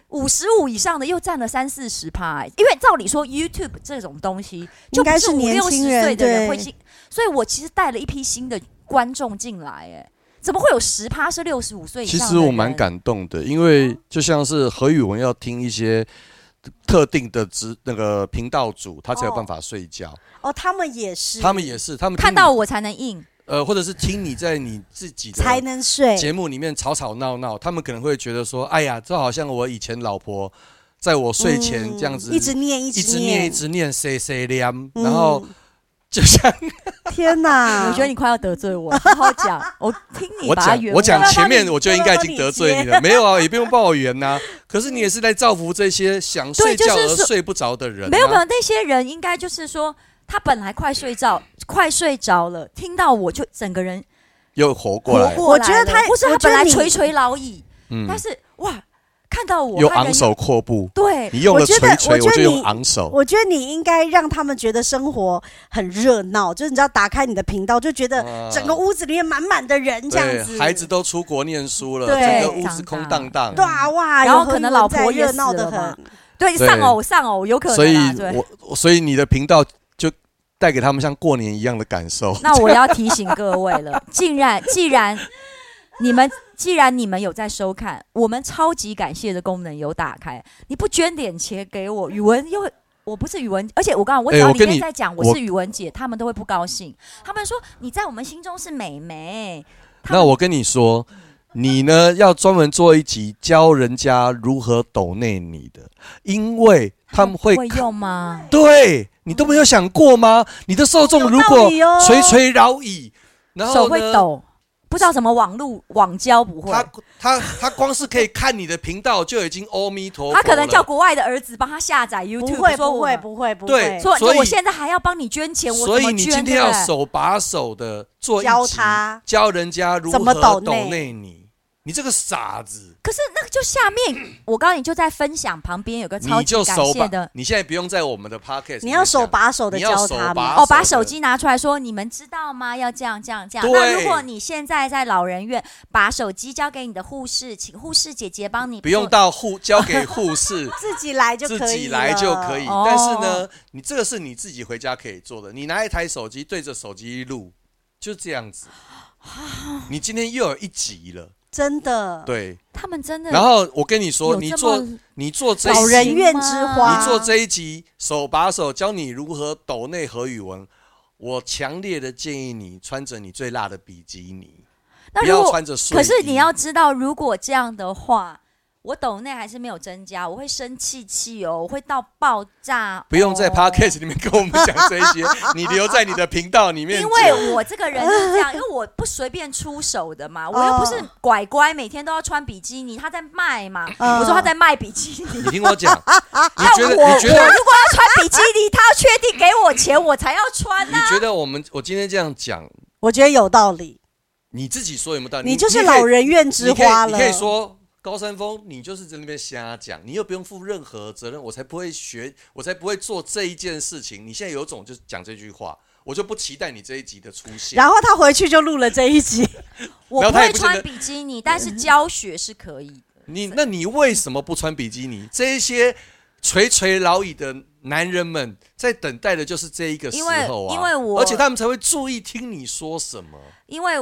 Speaker 4: 五十五以上的又占了三四十趴欸，因为照理说 YouTube 这种东西就不
Speaker 5: 应该
Speaker 4: 是
Speaker 5: 是
Speaker 4: 五
Speaker 5: 年
Speaker 4: 六十
Speaker 5: 轻人
Speaker 4: 岁的人
Speaker 5: 对
Speaker 4: 会进，所以我其实带了一批新的观众进来，哎，怎么会有十趴是六十五岁以
Speaker 3: 其
Speaker 4: 上的人？
Speaker 3: 实我蛮感动的，因为就像是何宇文要听一些特定的职那个频道主，他才有办法睡觉。
Speaker 5: 哦，他们也是，
Speaker 3: 他们也是，他们听
Speaker 4: 看
Speaker 3: 你
Speaker 4: 到我才能硬。
Speaker 3: 呃，或者是听你在你自己的
Speaker 5: 才能睡，嗯
Speaker 3: 节目里面吵吵闹闹，他们可能会觉得说，哎呀，这好像我以前老婆在我睡前
Speaker 5: 嗯
Speaker 3: 这样子、
Speaker 5: 一直念，一
Speaker 3: 一直
Speaker 5: 直
Speaker 3: 念一
Speaker 5: 念，
Speaker 3: 直念 C C 念，
Speaker 5: 嗯
Speaker 3: 然后就像
Speaker 5: [LAUGHS]
Speaker 3: [LAUGHS]
Speaker 5: 天哪！
Speaker 4: 我觉得你快要得罪我，好好讲，我听你
Speaker 3: 我
Speaker 4: 把它
Speaker 3: 讲
Speaker 4: 圆
Speaker 3: 我
Speaker 4: 回
Speaker 3: 讲
Speaker 4: 来
Speaker 3: 前面我就应该已经得罪
Speaker 4: [LAUGHS]
Speaker 3: 你了，没有啊，也不用抱怨呐、可是你也是在造福这些想睡
Speaker 4: 对就是
Speaker 3: 觉而
Speaker 4: 说
Speaker 3: 睡不着的人、啊
Speaker 4: 没有没有，那些人应该就是说，他本来快睡着，快睡着了，听到我就整个人
Speaker 3: 又活过
Speaker 4: 活
Speaker 3: 来，
Speaker 4: 过来了
Speaker 5: 我觉得他
Speaker 4: 不是
Speaker 5: 我
Speaker 4: 他
Speaker 5: 觉
Speaker 4: 本
Speaker 5: 得
Speaker 4: 来
Speaker 5: 你
Speaker 4: 垂垂老矣，
Speaker 3: 嗯
Speaker 4: 但，是哇，看到我
Speaker 3: 又
Speaker 4: 他人
Speaker 3: 昂首阔步。
Speaker 4: 对，
Speaker 3: 你用了
Speaker 5: 我觉得
Speaker 3: 垂垂，
Speaker 5: 我觉得
Speaker 3: 我就用
Speaker 5: 你
Speaker 3: 昂首。
Speaker 5: 我觉得你应该让他们觉得生活很热闹，就是你知道，打开你的频道，就觉得整个屋子里面满满的人这样子，
Speaker 3: 啊对，孩子都出国念书了，
Speaker 5: 对
Speaker 3: 整个屋子
Speaker 4: 长
Speaker 3: 空
Speaker 4: 大
Speaker 3: 荡荡。
Speaker 5: 对啊哇，
Speaker 4: 然后
Speaker 5: 有何
Speaker 4: 可能
Speaker 5: 人
Speaker 4: 老
Speaker 5: 在
Speaker 4: 婆也
Speaker 5: 热闹
Speaker 4: 死
Speaker 5: 的
Speaker 4: 了嘛
Speaker 5: 很，
Speaker 4: 对
Speaker 3: 对
Speaker 4: 上偶上偶有可
Speaker 3: 所以
Speaker 4: 能啊，对。
Speaker 3: 我我所以你的频道就带给他们像过年一样的感受。
Speaker 5: [LAUGHS]
Speaker 4: 那我要提醒各位了， [LAUGHS] 既然既然你们既然你们有在收看，我们超级感谢的功能有打开，你不捐点钱给我，语文又会。我不是语文，而且我刚刚我只
Speaker 3: 哎
Speaker 4: 要
Speaker 3: 我
Speaker 4: 里
Speaker 3: 跟
Speaker 4: 面
Speaker 3: 你
Speaker 4: 在讲我
Speaker 3: 我
Speaker 4: 是语文姐，他们都会不高兴。他们说你在我们心中是美眉，他
Speaker 3: 那我跟你说，你呢要专门做一集教人家如何抖内你的，因为他们会
Speaker 4: 会用吗？
Speaker 3: 对你都没有想过吗？你的受众如
Speaker 5: 有道
Speaker 3: 果
Speaker 5: 理哦
Speaker 3: 垂垂老矣，然后
Speaker 4: 手
Speaker 3: 呢
Speaker 4: 会抖，不知道什么网路网交不会，
Speaker 3: 他他他光是可以看你的频道就已经阿弥陀佛了。
Speaker 4: 他可能叫国外的儿子帮他下载 YouTube，
Speaker 5: 不会
Speaker 4: 说
Speaker 5: 不
Speaker 4: 我
Speaker 5: 会
Speaker 4: 们
Speaker 5: 不会不
Speaker 3: 对
Speaker 5: 会，
Speaker 4: 说
Speaker 3: 所以
Speaker 4: 我现在还要帮你捐钱，我
Speaker 3: 所
Speaker 4: 怎
Speaker 3: 以
Speaker 4: 么
Speaker 3: 你
Speaker 4: 捐？
Speaker 3: 今天
Speaker 4: 对不
Speaker 3: 要
Speaker 4: 对
Speaker 3: 手把手的做一
Speaker 5: 教
Speaker 3: 集
Speaker 5: 他
Speaker 3: 教人家如何
Speaker 5: 怎么抖内
Speaker 3: 抖内你，你这个傻子，
Speaker 4: 可是那个就下
Speaker 3: [CLEARS THROAT]
Speaker 4: 面，我告诉你，就在分享旁边有个超
Speaker 3: 你
Speaker 4: 级
Speaker 3: 就
Speaker 4: 感
Speaker 3: 手
Speaker 4: 谢
Speaker 3: 把
Speaker 4: 的，
Speaker 3: 你现在不用在我们的 podcast，
Speaker 5: 你要手把手的
Speaker 3: 你要
Speaker 5: 教
Speaker 3: 手
Speaker 5: 他
Speaker 3: 把
Speaker 5: 们。。
Speaker 3: 手
Speaker 4: 哦，把
Speaker 3: 的
Speaker 4: 手机拿出来说，你们知道吗？要这样这样这样。
Speaker 3: 对
Speaker 4: 那如果你现在在老人院，把手机交给你的护士，请护士姐姐帮你
Speaker 3: 不用
Speaker 4: 做 [LAUGHS]
Speaker 3: 到护交给护士
Speaker 5: 自己来就可
Speaker 3: 自己
Speaker 5: 以了，
Speaker 3: 来就可以，
Speaker 4: 哦
Speaker 3: 但是呢，你这个是你自己回家可以做的。你拿一台手机对着手机录，就这样子。你今天又有一集了，
Speaker 5: 真的。
Speaker 3: 对。
Speaker 4: 他们真的
Speaker 3: 然后我跟你说，
Speaker 4: 有
Speaker 3: 你
Speaker 4: 这
Speaker 3: 做
Speaker 4: 么啊
Speaker 3: 你做这一
Speaker 5: 老人
Speaker 3: 集
Speaker 5: 院之花，
Speaker 3: 你做这一集手把手教你如何抖内和语文，我强烈的建议你穿着你最辣的比基尼，
Speaker 4: 那
Speaker 3: 不
Speaker 4: 如
Speaker 3: 要
Speaker 4: 果
Speaker 3: 穿着睡衣。
Speaker 4: 可是你要知道，如果这样的话，我抖内还是没有增加，我会生气气哦，我会到爆炸。
Speaker 3: 不用在
Speaker 4: 哦
Speaker 3: podcast 里面跟我们讲这些，你留在你的频道里面
Speaker 4: 因
Speaker 3: 讲。
Speaker 4: 为我这个人就是这样，因为我不随便出手的嘛，我又不
Speaker 5: 哦
Speaker 4: 是乖乖，每天都要穿比基尼，他在卖嘛，
Speaker 5: 嗯
Speaker 4: 我说他在卖比基尼。
Speaker 3: 你听我讲，你
Speaker 4: 那
Speaker 3: 觉得
Speaker 4: [LAUGHS] 哎我
Speaker 3: 你觉
Speaker 4: 我
Speaker 3: 得
Speaker 4: 如果要穿比基尼，他要确定给我钱，我才要穿
Speaker 3: 你
Speaker 4: 呐、
Speaker 3: 觉得我们我今天这样讲，
Speaker 5: 我觉得有道理。
Speaker 3: 你自己说有没有道理？
Speaker 5: 你就是
Speaker 3: 你可以
Speaker 5: 老人院之花
Speaker 3: 你
Speaker 5: 了。
Speaker 3: 可以你可以说高山峰，你就是在那边瞎讲，你又不用负任何责任，我才不会学，我才不会做这一件事情。你现在有种就讲这句话，我就不期待你这一集的出现。
Speaker 5: 然后他回去就录了这一 [LAUGHS] 集，
Speaker 4: 我
Speaker 3: 然后
Speaker 4: 不
Speaker 3: 他
Speaker 4: 会
Speaker 3: 也不
Speaker 4: 穿
Speaker 3: 见得
Speaker 4: 比基尼，但是教学是可以的。
Speaker 3: 你那你为什么不穿比基尼？这一些垂垂老矣的男人们在等待的就是这一个时
Speaker 4: 因为
Speaker 3: 候啊，
Speaker 4: 因为我
Speaker 3: 而且他们才会注意听你说什么。
Speaker 4: 因为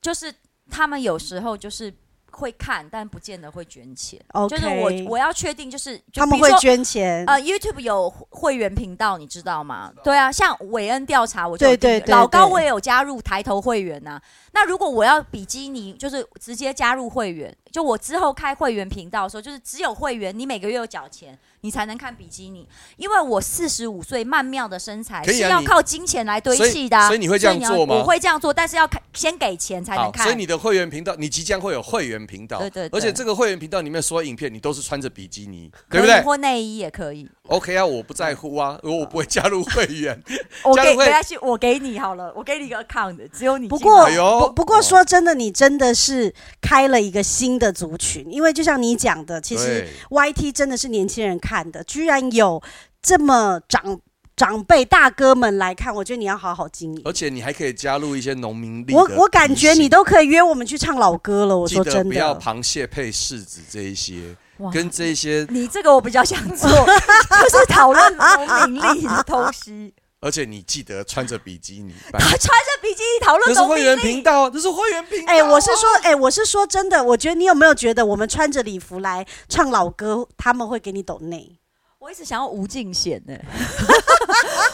Speaker 4: 就是他们有时候就是会看，但不见得会捐钱。
Speaker 5: OK
Speaker 4: 就是我我要确定，就是就
Speaker 5: 他们
Speaker 4: 比如
Speaker 5: 会
Speaker 4: 说
Speaker 5: 捐钱。
Speaker 4: 呃，YouTube 有会员频道，你知道吗？对啊，像韦恩调查，我就
Speaker 5: 对
Speaker 4: 有订阅
Speaker 5: 对对
Speaker 4: 老高
Speaker 5: 对
Speaker 4: 我也有加入抬头会员呐、啊那如果我要比基尼，就是直接加入会员，就我之后开会员频道的时候，就是只有会员，你每个月有缴钱，你才能看比基尼。因为我四十五岁曼妙的身材
Speaker 3: 可
Speaker 4: 是
Speaker 3: 以啊
Speaker 4: 要
Speaker 3: 你
Speaker 4: 靠金钱来堆
Speaker 3: 所以
Speaker 4: 砌的啊、
Speaker 3: 所以你会这样
Speaker 4: 要
Speaker 3: 做吗
Speaker 4: 我会这样做，但是要看先给钱才能
Speaker 3: 好，
Speaker 4: 看。
Speaker 3: 所以你的会员频道，你即将会有会员频道，
Speaker 4: 对对对
Speaker 3: 而且这个会员频道里面所有影片，你都是穿着比基
Speaker 5: [LAUGHS]
Speaker 3: 尼，
Speaker 4: 可
Speaker 3: 对不
Speaker 4: 以
Speaker 3: 对
Speaker 4: 或内衣也可以，
Speaker 3: ？OK 啊，我不在乎啊，我不会加入会员。
Speaker 4: 我
Speaker 3: 加
Speaker 4: 给
Speaker 3: 入会
Speaker 4: 没关系，我给你好了，我给你一个 account，只有你
Speaker 5: 不
Speaker 4: 进来
Speaker 5: 过，
Speaker 3: 哎呦
Speaker 5: 不不过说真的，你真的是开了一个新的族群，因为就像你讲的， [LAUGHS] 其实
Speaker 3: 对
Speaker 5: YT 真的是年轻人看的，居然有这么长长辈大哥们来看，我觉得你要好好经营
Speaker 3: 而。且你还可以加入一些农民力的
Speaker 5: 我我感觉
Speaker 3: 提
Speaker 5: 你
Speaker 3: 醒
Speaker 5: 都可以约我们去唱老歌了，我
Speaker 3: 记
Speaker 5: 说
Speaker 3: 得
Speaker 5: 真
Speaker 3: 不要
Speaker 5: 的。
Speaker 3: 螃蟹配柿子这一些，
Speaker 4: 哇
Speaker 3: 跟这一些，
Speaker 4: 你这个我比较想
Speaker 5: [LAUGHS]
Speaker 4: 做，就是讨论农民力的东西。
Speaker 3: [LAUGHS] 而且你记得穿着比基尼。拜
Speaker 4: 他穿着比基尼讨
Speaker 3: 这
Speaker 4: 论
Speaker 3: 哎是
Speaker 4: 农
Speaker 3: 会员
Speaker 4: 民力
Speaker 3: 频，道，这是会员频道。
Speaker 5: 哎、我是说，哎、我是说真的，我觉得你有没有觉得我们穿着礼服来唱老歌，他们会给你抖内？
Speaker 4: 我一直想要吴敬贤呢、 [LAUGHS]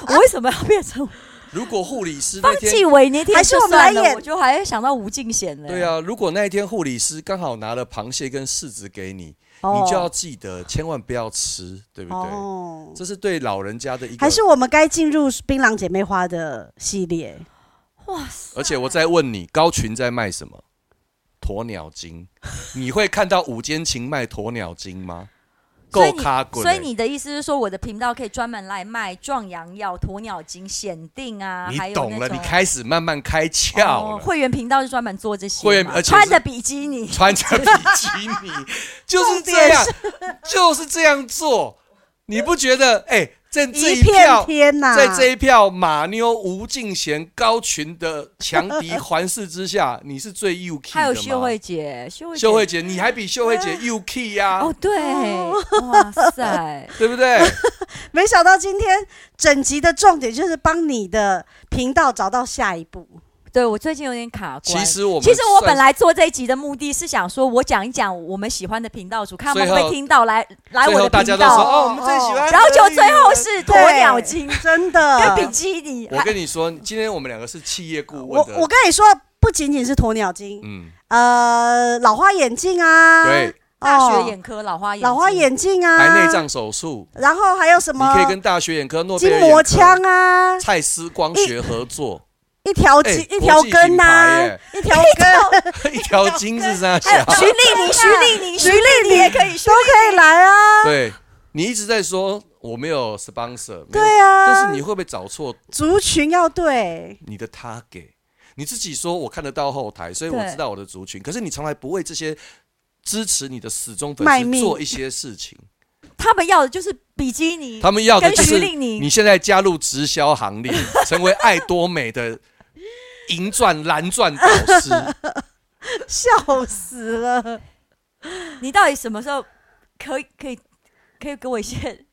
Speaker 4: 我为什么要变成
Speaker 3: 如果护理师
Speaker 4: 方
Speaker 3: [LAUGHS] 那
Speaker 4: 继
Speaker 3: 天，
Speaker 4: 伟？那天
Speaker 5: 还是
Speaker 4: 就
Speaker 5: 我们来
Speaker 4: 算了
Speaker 5: 演
Speaker 4: 我就还想到吴敬贤呢、
Speaker 3: 对，啊，如果那一天护理师刚好拿了螃蟹跟柿子给你，
Speaker 5: 哦
Speaker 3: 你就要记得千万不要吃，对不对？
Speaker 5: 哦，
Speaker 3: 这是对老人家的一个。
Speaker 5: 还是我们该进入槟榔姐妹花的系列？
Speaker 4: 哇塞！
Speaker 3: 而且我再问你，高群在卖什么？鸵鸟精， [LAUGHS] 你会看到午间情卖鸵鸟精吗？
Speaker 4: 所以
Speaker 3: 够
Speaker 4: 你
Speaker 3: 卡滚、
Speaker 4: 所以
Speaker 3: 欸！
Speaker 4: 你的意思是说，我的频道可以专门来卖壮阳药、鸵鸟精、显定啊，还有
Speaker 3: 你懂
Speaker 4: 那
Speaker 3: 了，
Speaker 4: 种
Speaker 3: 你开始慢慢开窍了。
Speaker 4: 哦会员频道是专门做这些嘛，
Speaker 3: 会员呃而且是
Speaker 4: 穿着比基尼，
Speaker 3: 穿着比基
Speaker 4: [LAUGHS]
Speaker 3: 尼，就是这样，就是这样做。你不觉得？哎、在这
Speaker 5: 一
Speaker 3: 票
Speaker 5: 片，天呐、
Speaker 3: 在这一票马妞、吴敬贤、高群的强敌环视之下， [LAUGHS] 你是最 UK
Speaker 4: 还有
Speaker 3: 的吗
Speaker 4: 秀慧姐，秀慧
Speaker 3: 秀慧姐，你还比秀慧姐 UK 呀、
Speaker 4: 哦，对，哇塞，
Speaker 3: 对不对？
Speaker 5: 没想到今天整集的重点就是帮你的频道找到下一步。
Speaker 4: 对我最近有点卡关。
Speaker 3: 其实我们
Speaker 4: 其实我
Speaker 3: 算
Speaker 4: 本来做这一集的目的是想说，我讲一讲我们喜欢的频道主，看他们
Speaker 3: 最
Speaker 4: 会
Speaker 3: 后
Speaker 4: 不会听到来来
Speaker 3: 最
Speaker 4: 我
Speaker 3: 后
Speaker 4: 的
Speaker 3: 大
Speaker 4: 频
Speaker 3: 家都说
Speaker 4: 道，
Speaker 3: 哦，我们最喜
Speaker 4: [LAUGHS]
Speaker 3: 欢。
Speaker 4: 然后就最后
Speaker 5: 哎
Speaker 4: 是鸵鸟精
Speaker 5: 对
Speaker 4: 跟
Speaker 5: 真
Speaker 3: [LAUGHS]
Speaker 5: 的。
Speaker 4: 比基尼，
Speaker 3: 我
Speaker 5: 哦
Speaker 3: 跟你说，今天我们两个是企业顾
Speaker 5: 我
Speaker 3: 问的，
Speaker 5: 我跟你说，不仅仅是鸵鸟精，
Speaker 3: 嗯，
Speaker 5: 呃，老花眼镜啊，
Speaker 3: 对，
Speaker 5: 哦，
Speaker 4: 大学眼科老花眼，
Speaker 5: 老花，眼镜啊，
Speaker 3: 白内障手术，
Speaker 5: 然后还有什
Speaker 3: 你
Speaker 5: 么
Speaker 3: 可以跟大学眼科、诺贝
Speaker 5: 筋
Speaker 3: 尔眼
Speaker 5: 膜
Speaker 3: 科
Speaker 5: 枪啊，
Speaker 3: [LAUGHS] 蔡思光学合作，
Speaker 5: 一条
Speaker 3: 哎
Speaker 5: 筋、一条根呐、一条根，
Speaker 3: 一条筋是啥
Speaker 4: 还有
Speaker 3: 小？
Speaker 4: [LAUGHS] 徐丽妮，徐丽妮，徐
Speaker 5: 徐丽
Speaker 4: 丽
Speaker 5: 妮
Speaker 4: 妮也可以，
Speaker 5: 都可以来啊。
Speaker 3: 对你一直在说我没有 sponsor，没有
Speaker 5: 对啊
Speaker 3: 但是你会不会找错
Speaker 5: 族群要对，
Speaker 3: 你的 target？你自己说我看得到后台，所以我
Speaker 4: 对
Speaker 3: 知道我的族群，可是你从来不为这些支持你的死忠粉
Speaker 5: 卖
Speaker 3: 丝
Speaker 5: 命
Speaker 3: 做一些事情。
Speaker 4: 他们要的就是比基尼，
Speaker 3: 他们要的就
Speaker 4: 跟
Speaker 3: 是
Speaker 4: 徐令宁
Speaker 3: 你现在加入直销行列，成为爱多美的银钻、蓝钻导师。
Speaker 5: 笑死了。
Speaker 4: 你到底什么时候可以可以可以给我一些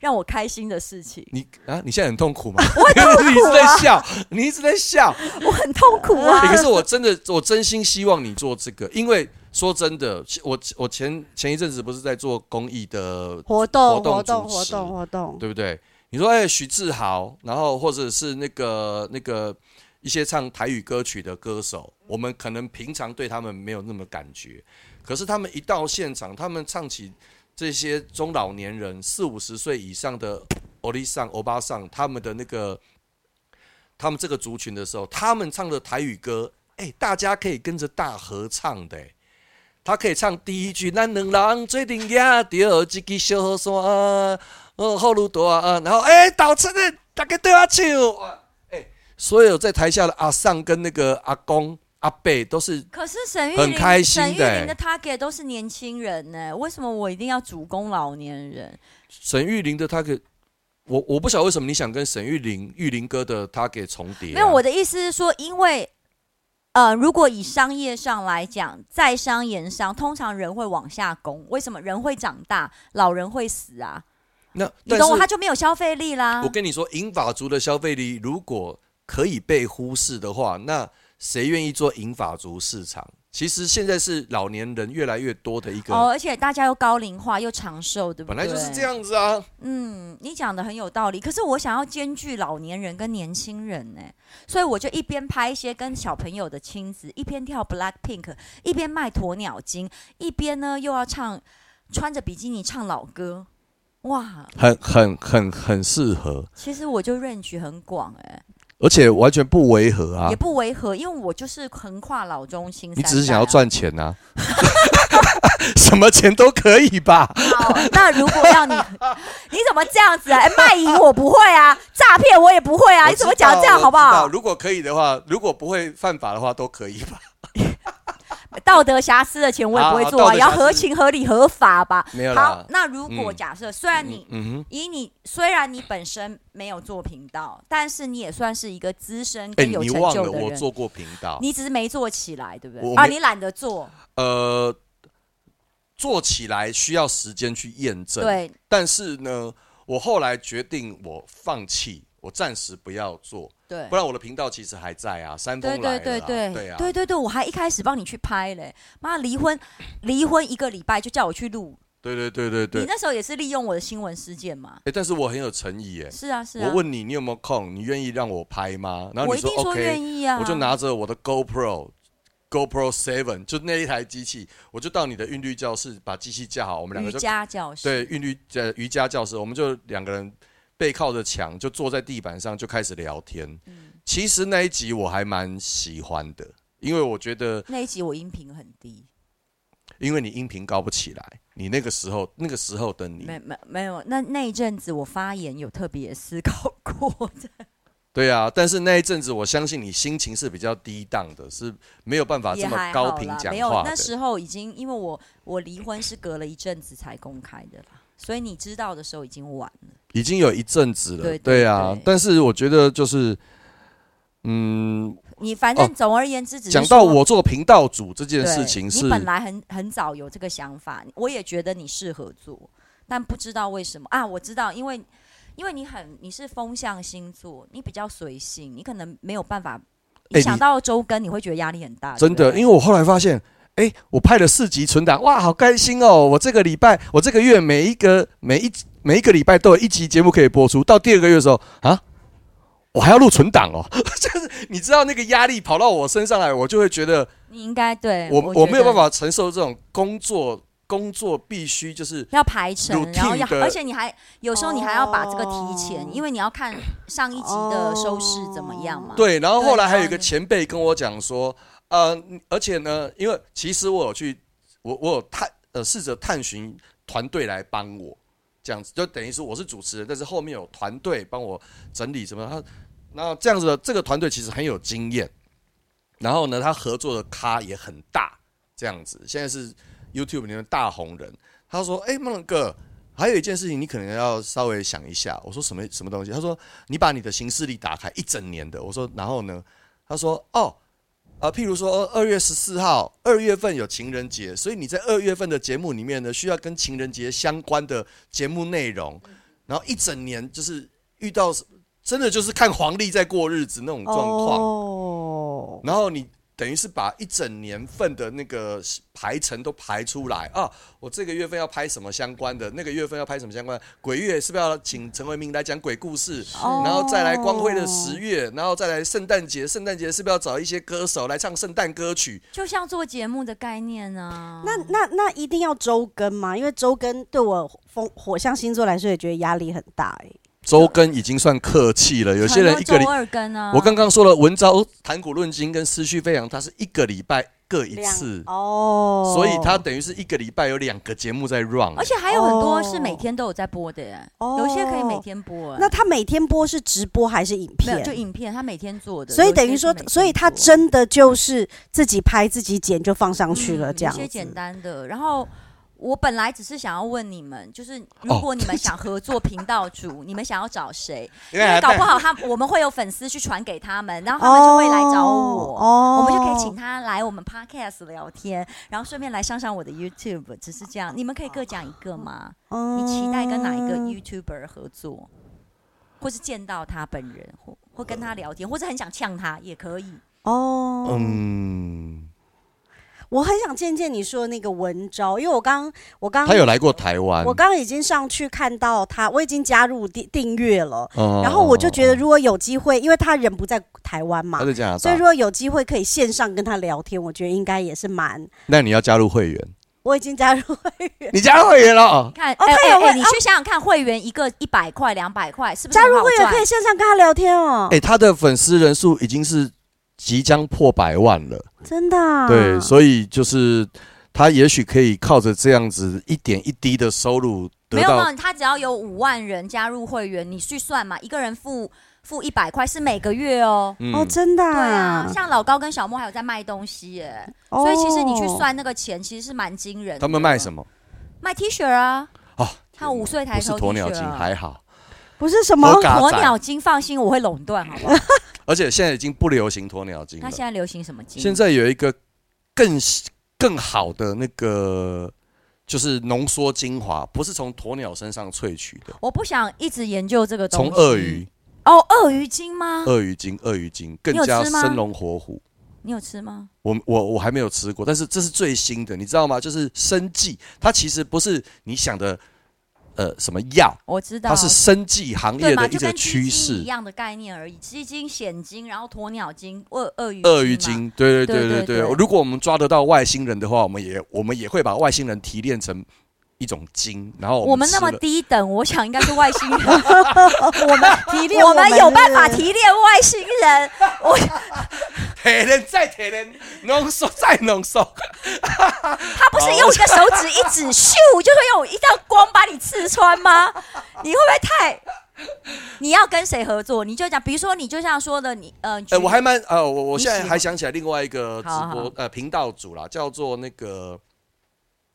Speaker 4: 让我开心的事情？
Speaker 3: 你啊，你现在很痛苦吗？我痛 [LAUGHS] 苦、你一直在笑，你一直在笑。
Speaker 4: 我很痛苦啊
Speaker 3: 欸！
Speaker 5: 呃哎
Speaker 3: 可是我真的，我真心希望你做这个，因为说真的，我我前前一阵子不是在做公益的
Speaker 5: 活动
Speaker 3: 活
Speaker 5: 活
Speaker 3: 动
Speaker 5: 动
Speaker 3: 主
Speaker 5: 活
Speaker 3: 持
Speaker 5: 动活动，
Speaker 3: 对不对？你说哎，徐志豪，然后或者是那个那个一些唱台语歌曲的歌手，我们可能平常对他们没有那么感觉，可是他们一到现场，他们唱起这些中老年人四五十岁以上的欧丽桑、欧巴桑，他们的那个他们这个族群的时候，他们唱的台语歌，哎，大家可以跟着大合唱的。哎他可以唱第一句“咱两人做阵也着一支小山”，哦，后路多啊，然后哎，导车的大家对我唱，哇哎，所有在台下的阿尚跟那个阿公阿伯都是
Speaker 4: 可是沈玉
Speaker 3: 很
Speaker 4: 玲，
Speaker 3: 开心
Speaker 4: 沈玉
Speaker 3: 的欸
Speaker 4: 玲的 target 都是年轻人呢、为什么我一定要主攻老年人？
Speaker 3: 沈玉玲的，他给我我不晓得为什么你想跟沈玉玲玉玲哥的他给重叠啊、
Speaker 4: 没有，我的意思是说，因为呃，如果以商业上来讲，在商言商，通常人会往下攻。为什么人会长大，老人会死啊？
Speaker 3: 那
Speaker 4: 你
Speaker 3: 但
Speaker 4: 懂我，他
Speaker 3: 是
Speaker 4: 就没有消费力啦
Speaker 3: 我。跟你说，银发族的消费力如果可以被忽视的话，那谁愿意做银发族市场？其实现在是老年人越来越多的一个，
Speaker 4: 哦，而且大家又高龄化又长寿，对不
Speaker 3: 本
Speaker 4: 对？
Speaker 3: 来就是这。样子啊。
Speaker 4: 嗯，你讲的很有道理。可是我想要兼具老年人跟年轻人呢、所以我就一边拍一些跟小朋友的亲子，一边跳 Black Pink，一边卖鸵鸟精，一边呢又要唱穿着比基尼唱老歌。哇，
Speaker 3: 很很很很适合，
Speaker 4: 其实我就 range 很广哎、
Speaker 3: 而且完全不违和啊
Speaker 4: 也。不违和，因为我就是横跨老中青、啊
Speaker 3: 你只是想要。赚钱呐、 [LAUGHS] 什么钱都可以吧？
Speaker 4: 好，那如果要你， [LAUGHS] 你怎么这样子、啊？哎、卖淫我不会啊，诈骗我也不会啊，
Speaker 3: 我
Speaker 4: 你怎么
Speaker 3: 知道
Speaker 4: 讲这样
Speaker 3: 我
Speaker 4: 好不
Speaker 3: 知道
Speaker 4: 好？
Speaker 3: 如果可以的话，如果不会犯法的话，都可以吧？
Speaker 4: 道德瑕疵的钱我也不会做
Speaker 3: 好好道
Speaker 4: 啊，
Speaker 3: 德
Speaker 4: 也
Speaker 3: 瑕
Speaker 4: 要
Speaker 3: 疵
Speaker 4: 合情合理合法吧。
Speaker 3: 没有啦
Speaker 4: 好，那如果
Speaker 3: 嗯
Speaker 4: 假设，虽然你
Speaker 3: 嗯哼。
Speaker 4: 以你虽然你本身没有做频道，但是你也算是一个资深
Speaker 3: 哎、
Speaker 4: 跟有
Speaker 3: 你
Speaker 4: 成
Speaker 3: 忘
Speaker 4: 就
Speaker 3: 了
Speaker 4: 的
Speaker 3: 我
Speaker 4: 人，
Speaker 3: 做过频道，
Speaker 4: 你只是没做起来，对不对？
Speaker 3: 我
Speaker 4: 啊，
Speaker 3: 没
Speaker 4: 你懒得做，
Speaker 3: 呃，做起来需要时间去验证。，
Speaker 4: 对，
Speaker 3: 但是呢，我后来决定我放弃，我暂时不要做，
Speaker 4: 对
Speaker 3: 不。然我的频道其实还在啊，山
Speaker 4: 对
Speaker 3: 峰来
Speaker 4: 对
Speaker 3: 了、啊，
Speaker 4: 对对
Speaker 3: 啊，
Speaker 4: 对对对，我还一开始帮你去拍嘞，妈离婚离婚一个礼拜就叫我去录，
Speaker 3: 对对对对对
Speaker 4: 你。那时候也是利用我的新闻事件嘛？
Speaker 3: 哎、但是我很有诚意哎、
Speaker 4: 是啊是啊，
Speaker 3: 我问你，你有没有空？你愿意让我拍吗？然后
Speaker 4: 我
Speaker 3: 你
Speaker 4: 一定说
Speaker 3: OK，
Speaker 4: 愿意啊，
Speaker 3: 我就拿着我的 GoPro。GoPro Seven 就那一台机器，我就到你的韵律教室把机器架好，我们两
Speaker 4: 瑜
Speaker 3: 个就
Speaker 4: 伽教室，
Speaker 3: 对韵律呃瑜伽教室，我们就两个人背靠着墙，就坐在地板上就开始聊天。
Speaker 4: 嗯
Speaker 3: 其实那一集我还蛮喜欢的，因为我觉得，
Speaker 4: 那一集我音频很低，
Speaker 3: 因为你音频高不起来，你那个时候那个时候的你，
Speaker 4: 没没没有，那那一阵子我发言有特别思考过，
Speaker 3: 对啊，但是那一阵子，我相信你心情是比较低档的，是没有办法
Speaker 4: 也
Speaker 3: 啊这
Speaker 4: 还
Speaker 3: 么
Speaker 4: 好
Speaker 3: 高
Speaker 4: 啦
Speaker 3: 频讲
Speaker 4: 没有
Speaker 3: 话
Speaker 4: 那
Speaker 3: 的。
Speaker 4: 时候已经因为我我离婚是隔了一阵子才公开的啦，所以你知道的时候已经晚了。
Speaker 3: 已经有一阵子了，
Speaker 4: 对对
Speaker 3: 对啊
Speaker 4: 对。
Speaker 3: 但是我觉得就是，嗯，
Speaker 4: 你反正
Speaker 3: 哦
Speaker 4: 总而言之，只是
Speaker 3: 讲到
Speaker 4: 说
Speaker 3: 我做频道主这件
Speaker 4: 对
Speaker 3: 事情是
Speaker 4: 你，本来很很早有这个想法，我也觉得你适合做，但不知道为什么啊？我知道，因为因为你很你是风象星座，你比较随性，你可能没有办法。
Speaker 3: 哎
Speaker 4: 一想
Speaker 3: 你
Speaker 4: 到周更，你会觉得压力很大。
Speaker 3: 真的，因
Speaker 4: 为
Speaker 3: 为我后来发现，哎，我拍了四集存档，哇，好开心哦！我这个礼拜，我这个月每一个每一每一个礼拜都有一集节目可以播出。到第二个月的时候啊，我还要录存档哦， [LAUGHS] 就是你知道那个压力跑到我身上来，我就会觉得
Speaker 4: 你应该对
Speaker 3: 我我
Speaker 4: 哎觉
Speaker 3: 没
Speaker 4: 得
Speaker 3: 有办法承受这种工作工作必须就是
Speaker 4: 要排程，然后要
Speaker 3: routine，的
Speaker 4: 而且你还有时候你还要把这个提前，
Speaker 5: 哦
Speaker 4: 因为你要看上一集的收视怎么样嘛。，
Speaker 3: 哦对，然后后来还有一
Speaker 4: 啊对
Speaker 3: 个前辈跟我讲说，呃，而且呢，因为其实我有去，我我有探呃试着探寻团队来帮我，这样子就等于说我是主持人，但是后面有团队帮我整理什么，他那这样子的这个团队其实很有经验，然后呢，他合作的咖也很大，这样子现在是 YouTube 里面的大红人。他说：“哎、梦龙哥，还有一件事情你可能要稍微想一下。”我说：“什么什么东西？”他说：“你把你的行事历打开一整年的。”我说：“然后呢？”他说：“哦，呃，譬如说二月十四号，二月份有情人节，所以你在二月份的节目里面呢，需要跟情人节相关的节目内容，然后一整年就是遇到真的就是看黄历在过日子那种状况。
Speaker 5: 哦，
Speaker 3: 然后你等于是把一整年份的那个排程都排出来啊，我这个月份要拍什么相关的，那个月份要拍什么相关的，鬼月是不是要请陈伟明来讲鬼故事？
Speaker 4: 哦
Speaker 3: 然后再来光辉的
Speaker 5: 哦
Speaker 3: 十月，然后再来圣诞节，圣诞节是不是要找一些歌手来唱圣诞歌曲？
Speaker 4: 就像做节目的概念啊。
Speaker 5: 那那那一定要周更吗？因为周更对我风火象星座来说也觉得压力很大哎、
Speaker 3: 周更已经算客气了，有些人一个
Speaker 4: 很
Speaker 3: 礼
Speaker 4: 多周，二更啊，
Speaker 3: 我刚刚说了，文章谈古论今跟思绪飞扬，它是一个礼拜各一
Speaker 5: 两
Speaker 3: 次，
Speaker 5: 哦，
Speaker 3: 所以它等于是一个礼拜有两个节目在 run，
Speaker 4: 而且还有很多
Speaker 5: 哦
Speaker 4: 是每天都有在播的耶，
Speaker 5: 哦
Speaker 4: 有一些可以每天播耶。
Speaker 5: 那他每天播是直播还是影
Speaker 4: 没
Speaker 5: 片？
Speaker 4: 有就影片，他每天做的，
Speaker 5: 所以
Speaker 4: 有一些
Speaker 5: 等于说
Speaker 4: 是每，天
Speaker 5: 所以他
Speaker 4: 做
Speaker 5: 真的就是自己拍自己剪就放上去了，
Speaker 4: 嗯
Speaker 5: 这样
Speaker 4: 有
Speaker 5: 子。
Speaker 4: 些简单的。然后我本来只是想要问你们，就是如
Speaker 5: 哦
Speaker 4: 果你们想合作频道主，你们想要找
Speaker 5: [LAUGHS]
Speaker 4: 谁？
Speaker 3: 因
Speaker 5: 啊
Speaker 4: 因为搞不好他我们会有粉丝去传给他们，然后他们就会来找我。
Speaker 5: 哦
Speaker 4: 我们就可以请他来我们 podcast 聊天，然后顺便来上上我的 YouTube，只是这样。你们可以各讲一个吗？
Speaker 5: 哦
Speaker 4: 你期待跟哪一个
Speaker 5: 嗯
Speaker 4: YouTuber 合作，或是见到他本人，或或跟他聊天，或者很想呛他也可以。
Speaker 5: 哦，
Speaker 3: 嗯，
Speaker 5: 我很想见见你说的那个文昭，因为我刚我刚
Speaker 3: 他有来过台湾，
Speaker 5: 我刚已经上去看到他，我已经加入订订阅了。
Speaker 3: 哦
Speaker 5: 然后我就觉得，如果有机会，因为他人不在台湾嘛
Speaker 3: 他，在加拿
Speaker 5: 所以如
Speaker 3: 大，
Speaker 5: 果有机会可以线上跟他聊天，我觉得应该也是蛮。
Speaker 3: 那你要加入会员，
Speaker 5: 我已经加入会员，
Speaker 3: 你加入会员了哦，
Speaker 4: 看，哎
Speaker 5: 哦他
Speaker 4: 哎
Speaker 5: 有
Speaker 4: 哎
Speaker 5: 会
Speaker 4: 你去想想看，会员一个一百块、两百块，是不是
Speaker 5: 加
Speaker 4: 很
Speaker 5: 入
Speaker 4: 好
Speaker 5: 会员
Speaker 4: 赚
Speaker 5: 可以线上跟他聊天哦。
Speaker 3: 哎，他的粉丝人数已经是即将破百万了，
Speaker 5: 真的、啊？
Speaker 3: 对，所以就是他也许可以靠着这样子一点一滴的收入得
Speaker 4: 没有没
Speaker 3: 到
Speaker 4: 有，他只要有五万人加入会员，你去算嘛，一个人付付一百块是每个月哦。
Speaker 3: 嗯
Speaker 5: 哦，真的、
Speaker 4: 对啊，像老高跟小莫还有在卖东西耶，
Speaker 5: 哦
Speaker 4: 所以其实你去算那个钱，其实是蛮惊人的。
Speaker 3: 他们卖什
Speaker 4: 么？
Speaker 3: 么？
Speaker 4: 卖 T 恤啊，
Speaker 3: 哦，
Speaker 4: 还有五岁
Speaker 3: 不
Speaker 4: 抬
Speaker 3: 是
Speaker 4: 头
Speaker 3: 鸵
Speaker 4: T
Speaker 3: 鸟
Speaker 4: 恤
Speaker 3: 金
Speaker 4: 啊。
Speaker 3: 还好，
Speaker 5: 不是什么
Speaker 3: 我嘎
Speaker 4: 鸵
Speaker 3: 仔
Speaker 4: 鸟金放心，我会垄断，好不好？
Speaker 3: 而且现在已经不流行鸵鸟金
Speaker 4: 那
Speaker 3: 了，
Speaker 4: 现在流行什么金？
Speaker 3: 现在有一个更更好的那个。就是浓缩精华，不是从鸵鸟身上萃取的，
Speaker 4: 我不想一直研究这个东西。
Speaker 3: 从鳄鱼，
Speaker 4: 哦，鳄鱼精吗？
Speaker 3: 鳄鱼精，鳄鱼精更
Speaker 4: 你有
Speaker 3: 加
Speaker 4: 吃吗
Speaker 3: 生龙活虎。
Speaker 4: 你有吃吗？
Speaker 3: 我我我还没有吃过，但是这是最新的，你知道吗？就是生计，它其实不是你想的，呃，什么药，
Speaker 4: 我知道，
Speaker 3: 它是生计行
Speaker 4: 对
Speaker 3: 业
Speaker 4: 嘛，
Speaker 3: 的一
Speaker 4: 就
Speaker 3: 个
Speaker 4: 跟鸡
Speaker 3: 趋
Speaker 4: 精一
Speaker 3: 势。
Speaker 4: 样的概念而已。鸡精、显精，然后鸵鸟精、鳄鳄鱼、
Speaker 3: 鳄鱼
Speaker 4: 嘛。
Speaker 3: 精，对对
Speaker 4: 对
Speaker 3: 对
Speaker 4: 对
Speaker 3: 对对
Speaker 4: 对
Speaker 3: 如果我们抓得到外星人的话，我们也我们也会把外星人提炼成一种精，然后
Speaker 4: 我们
Speaker 3: 吃
Speaker 4: 那么
Speaker 3: 了
Speaker 4: 低等，我想应该是外星人。
Speaker 5: [LAUGHS] 我们提炼，
Speaker 4: [LAUGHS] 我们有办法
Speaker 5: 是
Speaker 4: 提炼外星人，我
Speaker 3: 铁人再铁人，浓缩再浓缩。
Speaker 4: 他不是用一个手指一指咻，就会用一道光把你刺穿
Speaker 3: [LAUGHS]
Speaker 4: 吗？你会不会太？你要跟谁合作？你就讲，比如说你就像说的，你呃，
Speaker 3: 哎、我还蛮呃，我我
Speaker 4: 你
Speaker 3: 现在
Speaker 4: 喜
Speaker 3: 还
Speaker 4: 欢
Speaker 3: 想起来另外一个直播
Speaker 4: 好好
Speaker 3: 呃频道主啦，叫做那个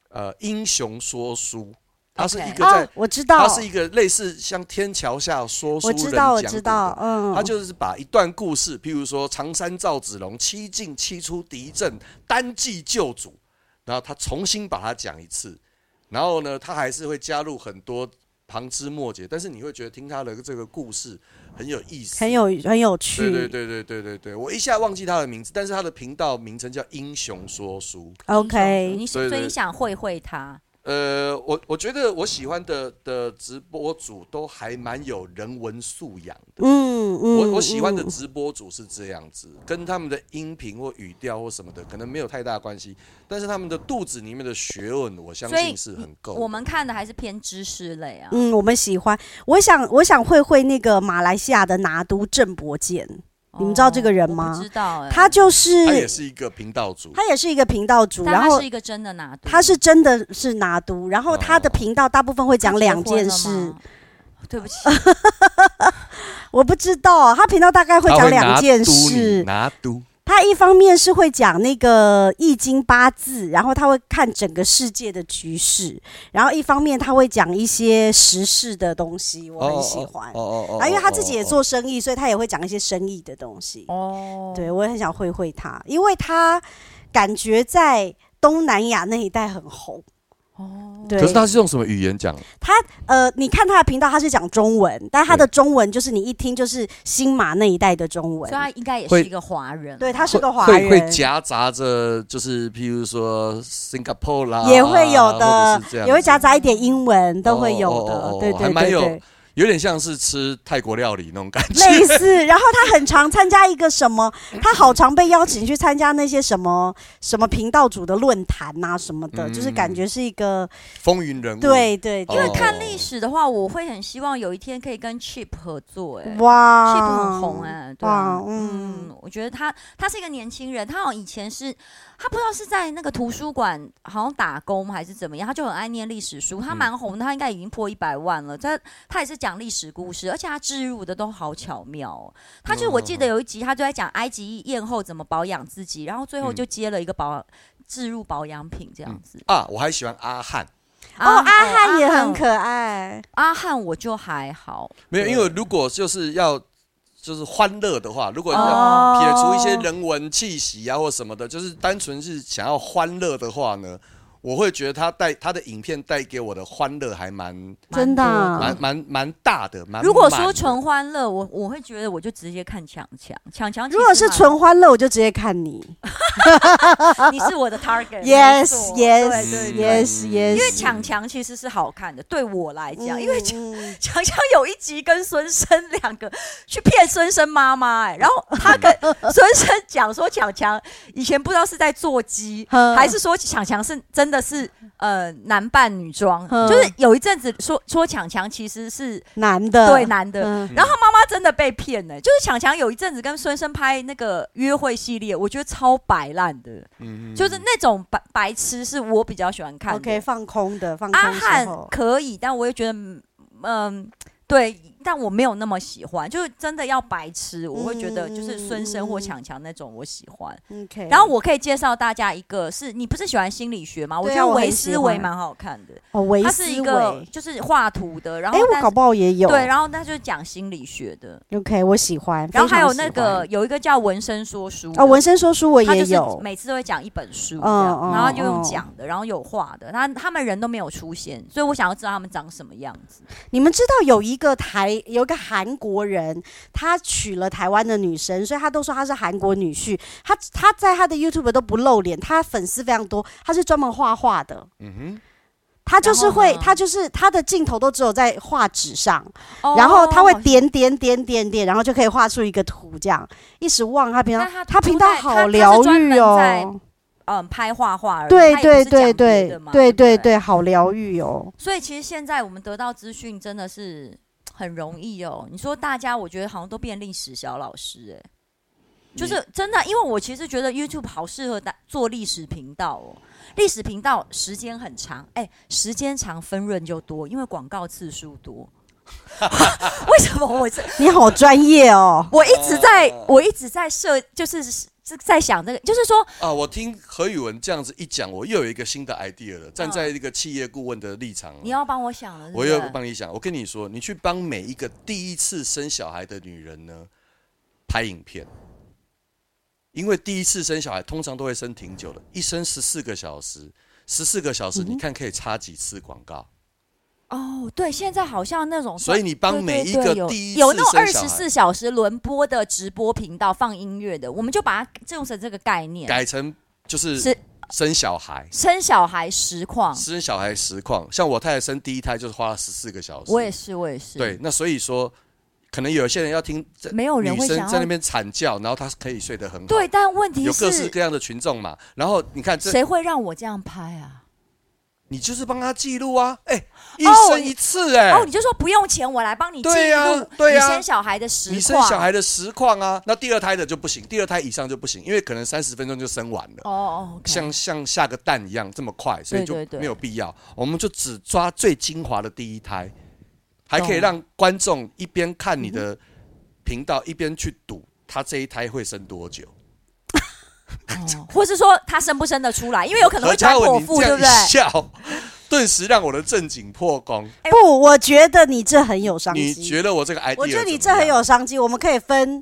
Speaker 3: 呃英雄说书，他是
Speaker 4: OK
Speaker 3: 一个在
Speaker 5: 啊，我知道，
Speaker 3: 他是一个类似像天桥下说书
Speaker 5: 我
Speaker 3: 人
Speaker 5: 知道，我
Speaker 3: 讲
Speaker 5: 知
Speaker 3: 古
Speaker 5: 道
Speaker 3: 的，，
Speaker 5: 嗯，
Speaker 3: 他就是把一段故事，譬如说常山赵子龙七进七出敌阵，单骑救主，然后他重新把它讲一次，然后呢，他还是会加入很多旁枝末节，但是你会觉得听他的这个故事很有意思，
Speaker 5: 很有很有趣，
Speaker 3: 对对对对对对对，我一下忘记他的名字，但是他的频道名称叫英雄说书。
Speaker 5: o k
Speaker 4: 你所
Speaker 3: 对
Speaker 4: 以
Speaker 3: 对
Speaker 4: 你想会会他，
Speaker 3: 呃，我我觉得我喜欢的的直播主都还蛮有人文素养的。
Speaker 5: 嗯嗯，
Speaker 3: 我我喜欢的啊
Speaker 5: 嗯
Speaker 3: 直播主是这样子，跟他们的音频或语调或什么的可能没有太大关系，但是他们的肚子里面的学问，我相
Speaker 4: 所以
Speaker 3: 信是很够的。
Speaker 4: 我们看的还是偏知识类啊。
Speaker 5: 嗯，我们喜欢。我想，我想会会那个马来西亚的拿督郑伯健，你们知道这个人
Speaker 4: 哦我
Speaker 5: 吗
Speaker 4: 不知道哎、
Speaker 5: 他就
Speaker 3: 他也
Speaker 5: 是
Speaker 3: 是一个频道主，
Speaker 5: 他也是一个频道主，
Speaker 4: 但
Speaker 5: 然
Speaker 4: 他
Speaker 5: 后
Speaker 4: 是一个真的拿督，
Speaker 5: 他是真的是拿督，然后他的
Speaker 3: 哦
Speaker 5: 频道大部分会讲
Speaker 4: 他结
Speaker 5: 两
Speaker 4: 婚
Speaker 5: 件
Speaker 4: 了
Speaker 5: 事
Speaker 4: 吗，。哦对
Speaker 5: [LAUGHS]
Speaker 4: 不起，
Speaker 5: 我不知道啊，他频道大概会讲两件事。
Speaker 3: 拿督，
Speaker 5: 他一方面是会讲那个易经八字，然后他会看整个世界的局势，然后一方面他会讲一些时事的东西，我很喜欢。
Speaker 3: 哦哦哦
Speaker 5: 啊，因为他自己也做生意，所以他也会讲一些生意的东西。
Speaker 4: 哦，
Speaker 5: 对，我也很想会会他，因为他感觉在东南亚那一带很红。
Speaker 4: 哦，
Speaker 5: 对，
Speaker 3: 可是他是用什么语言讲？
Speaker 5: 呃，你看他的频道，他是讲中文，但他的中文就是你一听就是新马那一带的中
Speaker 4: 所
Speaker 5: 文
Speaker 4: 以。他应该也
Speaker 3: 会
Speaker 4: 是一个华人，
Speaker 5: 对，他是
Speaker 3: 会
Speaker 5: 个华
Speaker 3: 会
Speaker 5: 人，
Speaker 3: 会夹杂着，就是譬如说 Singapore 啦，
Speaker 5: 也会有
Speaker 3: 啊或
Speaker 5: 的
Speaker 3: 者是这样，子
Speaker 5: 也会夹杂一点英文，都会有
Speaker 3: 哦哦哦
Speaker 5: 的
Speaker 3: 哦。
Speaker 5: 对
Speaker 3: 还
Speaker 5: 对
Speaker 3: 蛮
Speaker 5: 对
Speaker 3: 有 [LAUGHS]
Speaker 5: 对，
Speaker 3: 有点像是吃泰国料理那种感觉。
Speaker 5: 类似。然后他很常参加一个什么，他好常被邀请去参加那些什么什么频道主的论坛呐什么的，就是感
Speaker 3: 嗯
Speaker 5: 觉是一个
Speaker 3: 风云人物，
Speaker 5: 对对，
Speaker 3: 哦
Speaker 5: 对
Speaker 4: 因为看历史的话，我会很希望有一天可以跟 Chip 合作、哎。
Speaker 5: 哇
Speaker 4: Chip 很红哎、对、啊
Speaker 5: 嗯哇，嗯
Speaker 4: 嗯，我觉得他他是一个年轻人，他好像以前是，他不知道是在那个图书馆好像打工还是怎么样，他就很爱念历史书，他蛮红的，他应该已经破一百万了。他他也是讲历史故事，而且他置入的都好巧妙、哦。他就我记得有一集，他就在讲埃及艳后怎么保养自己，然后最后
Speaker 3: 嗯
Speaker 4: 就接了一个保置入保养品这样子。
Speaker 3: 啊，我还喜欢阿汉，
Speaker 5: 哦，阿汉也
Speaker 4: 我
Speaker 5: 很可爱，
Speaker 4: 阿汉我就还好，
Speaker 3: 没有，
Speaker 4: 对
Speaker 3: 因为如果就是要就是欢乐的话，如果要
Speaker 5: 哦
Speaker 3: 啊撇除一些人文气息啊或什么的，就是单纯是想要欢乐的话呢，我会觉得他带他的影片带给我的欢乐还蛮
Speaker 5: 真的啊
Speaker 3: 蛮蛮蛮大的，蛮
Speaker 4: 如果
Speaker 3: 满
Speaker 4: 说
Speaker 3: 的
Speaker 4: 纯欢乐，我我会觉得我就直接看强强强强。
Speaker 5: 如果是，纯欢乐，我就直接看你。
Speaker 4: 你是我的 target 没
Speaker 5: 啊 Yes,
Speaker 4: 错对
Speaker 5: yes,
Speaker 4: 对对
Speaker 5: yes,
Speaker 3: 嗯
Speaker 5: yes。
Speaker 4: 因为强强其实是好看的，对我来讲，因为强
Speaker 5: 嗯
Speaker 4: 强强有一集跟孙生两个去骗孙生妈妈，哎，然后他
Speaker 5: [LAUGHS]
Speaker 4: 跟孙生讲说强强以前不知道是在做鸡，
Speaker 5: 嗯
Speaker 4: 还是说强强是真的是呃男扮女装，
Speaker 5: 嗯
Speaker 4: 就是有一阵子说说强强其实是
Speaker 5: 男的
Speaker 4: 对男的，
Speaker 5: 嗯
Speaker 4: 然后他妈妈真的被骗了、欸就是强强有一阵子跟孙生拍那个约会系列，我觉得超白烂的，就是那种白白痴是我比较喜欢看的。
Speaker 5: OK 放空的放空
Speaker 4: 阿
Speaker 5: 的时
Speaker 4: 汉
Speaker 5: 候，
Speaker 4: 可以，但我也觉得，嗯、对，但我没有那么喜欢，就是真的要白痴，我会觉
Speaker 5: 嗯
Speaker 4: 得就是孙生或强强那种我喜欢。
Speaker 5: OK，
Speaker 4: 然后我可以介绍大家一个是，你不是喜欢心理学吗？我觉
Speaker 5: 对啊
Speaker 4: 得
Speaker 5: 我很
Speaker 4: 维
Speaker 5: 喜
Speaker 4: 思
Speaker 5: 欢
Speaker 4: 维蛮好看的，
Speaker 5: 哦维
Speaker 4: 它
Speaker 5: 斯
Speaker 4: 是一个
Speaker 5: 维，
Speaker 4: 就是画图的，然后
Speaker 5: 哎，我
Speaker 4: 但
Speaker 5: 搞不好也有
Speaker 4: 对，然后他就讲心理学的，
Speaker 5: OK，我喜欢。
Speaker 4: 然后还有
Speaker 5: 非常
Speaker 4: 那
Speaker 5: 喜欢
Speaker 4: 个有一个叫纹身说书的
Speaker 5: 哦，纹身说书我
Speaker 4: 他
Speaker 5: 也
Speaker 4: 就是
Speaker 5: 有，
Speaker 4: 每次都会讲一本书这
Speaker 5: 嗯
Speaker 4: 样，
Speaker 5: 嗯
Speaker 4: 然后就用
Speaker 5: 嗯
Speaker 4: 讲的，然后有画的，他他们人都没有出现，所以我想要知道他们长什么样子。
Speaker 5: 你们知道有一个台有一个韩国人，他娶了台湾的女生，所以他都说他是韩国女婿。他他在他的 YouTube 都不露脸，他粉丝非常多，他是专门画画的。嗯哼，他就是
Speaker 4: 然
Speaker 5: 会
Speaker 4: 后呢，
Speaker 5: 他就是他的镜头都只有在画纸上，
Speaker 4: 哦
Speaker 5: 然后他会，点点点点点，然后就可以画出一个图这样。一时忘他平常
Speaker 4: 那他
Speaker 5: 他频道
Speaker 4: 他他
Speaker 5: 好
Speaker 4: 是
Speaker 5: 疗
Speaker 4: 专门
Speaker 5: 愈
Speaker 4: 在
Speaker 5: 哦，
Speaker 4: 嗯，拍画画而已，
Speaker 5: 对
Speaker 4: 他也不
Speaker 5: 对
Speaker 4: 是讲别
Speaker 5: 对对
Speaker 4: 的嘛
Speaker 5: 对
Speaker 4: 对
Speaker 5: 对
Speaker 4: 不。
Speaker 5: 对，好疗愈哦。
Speaker 4: 所以其实现在我们得到资讯真的是很容易哦。你说大家，我觉得好像都变历史小老师哎、就是真的，因为我其实觉得 YouTube 好适合大做历史频道哦。历史频道时间很长，哎、时间长分润就多，因为广告次数多。为什么我这
Speaker 5: 你好专业哦。
Speaker 4: 我一直在我一直在设，就是是在想这个，就是说
Speaker 3: 啊，我听何宇文这样子一讲，我又有一个新的 idea 了。站在一个企业顾问的立场，
Speaker 4: 嗯你要帮我想了是不
Speaker 3: 我
Speaker 4: 是，
Speaker 3: 又帮你想，我跟你说，你去帮每一个第一次生小孩的女人呢拍影片，因为第一次生小孩通常都会生挺久的，一生十四个小时，十四个小时
Speaker 4: 嗯
Speaker 3: 你看可以插几次广告，
Speaker 4: 哦，对，现在好像那种
Speaker 3: 所以你帮
Speaker 4: 对
Speaker 3: 每
Speaker 4: 对
Speaker 3: 一
Speaker 4: 对
Speaker 3: 个
Speaker 4: 有
Speaker 3: 第一次
Speaker 4: 有那种
Speaker 3: 生
Speaker 4: 二
Speaker 3: 小
Speaker 4: 十
Speaker 3: 孩
Speaker 4: 四小时轮播嗯的直播频道放音乐的，我们就把它用成这个概念，
Speaker 3: 改成就是
Speaker 4: 是
Speaker 3: 生小孩，
Speaker 4: 生小孩实况，
Speaker 3: 生小孩实况，像我太太生第一胎就是花了十四个小时，
Speaker 4: 我也是，我也是，
Speaker 3: 对，，那所以说，可能有些人要听这
Speaker 4: 没有哦人
Speaker 3: 女
Speaker 4: 会
Speaker 3: 生
Speaker 4: 想
Speaker 3: 在那
Speaker 4: 要
Speaker 3: 边惨叫，然后她可以睡得很好，
Speaker 4: 对，，但问题
Speaker 3: 有各式
Speaker 4: 是
Speaker 3: 各样的群众嘛。然后你看这，
Speaker 4: 谁会让我这样拍啊？
Speaker 3: 你就是帮她记录啊，哎、一
Speaker 4: 哦
Speaker 3: 生
Speaker 4: 你
Speaker 3: 一次哎、
Speaker 4: 哦，你就说不用钱，我来帮你记录
Speaker 3: 对呀对呀
Speaker 4: 你生小孩的实况，
Speaker 3: 你生小孩的实况啊，那第二胎的就不行，第二胎以上就不行，因为可能三十分钟就生完了。
Speaker 4: 哦哦，OK，
Speaker 3: 像像下个蛋一样这么快，所以就
Speaker 4: 对对对
Speaker 3: 没有必要。我们就只抓最精华的第一胎，还可
Speaker 4: 懂
Speaker 3: 以
Speaker 4: 嗯
Speaker 3: 让观众一边看你的频道，一边去赌他这一胎会生多久。
Speaker 4: 哦或是说他生不生得出来，因为有可能
Speaker 3: 何
Speaker 4: 会转
Speaker 3: 嘉
Speaker 4: 剖
Speaker 3: 文，你
Speaker 4: 腹，
Speaker 3: 这
Speaker 4: 对不
Speaker 3: 样一
Speaker 4: 对？
Speaker 3: 笑， [LAUGHS] 顿时让我的正经破功。
Speaker 4: 哎
Speaker 5: 不，我觉得你这很有商
Speaker 3: 你
Speaker 5: 机，
Speaker 3: 觉得我这个 idea？
Speaker 5: 我觉得你
Speaker 3: 怎
Speaker 5: 这
Speaker 3: 么
Speaker 5: 很
Speaker 3: 样
Speaker 5: 有商机，我们可以分，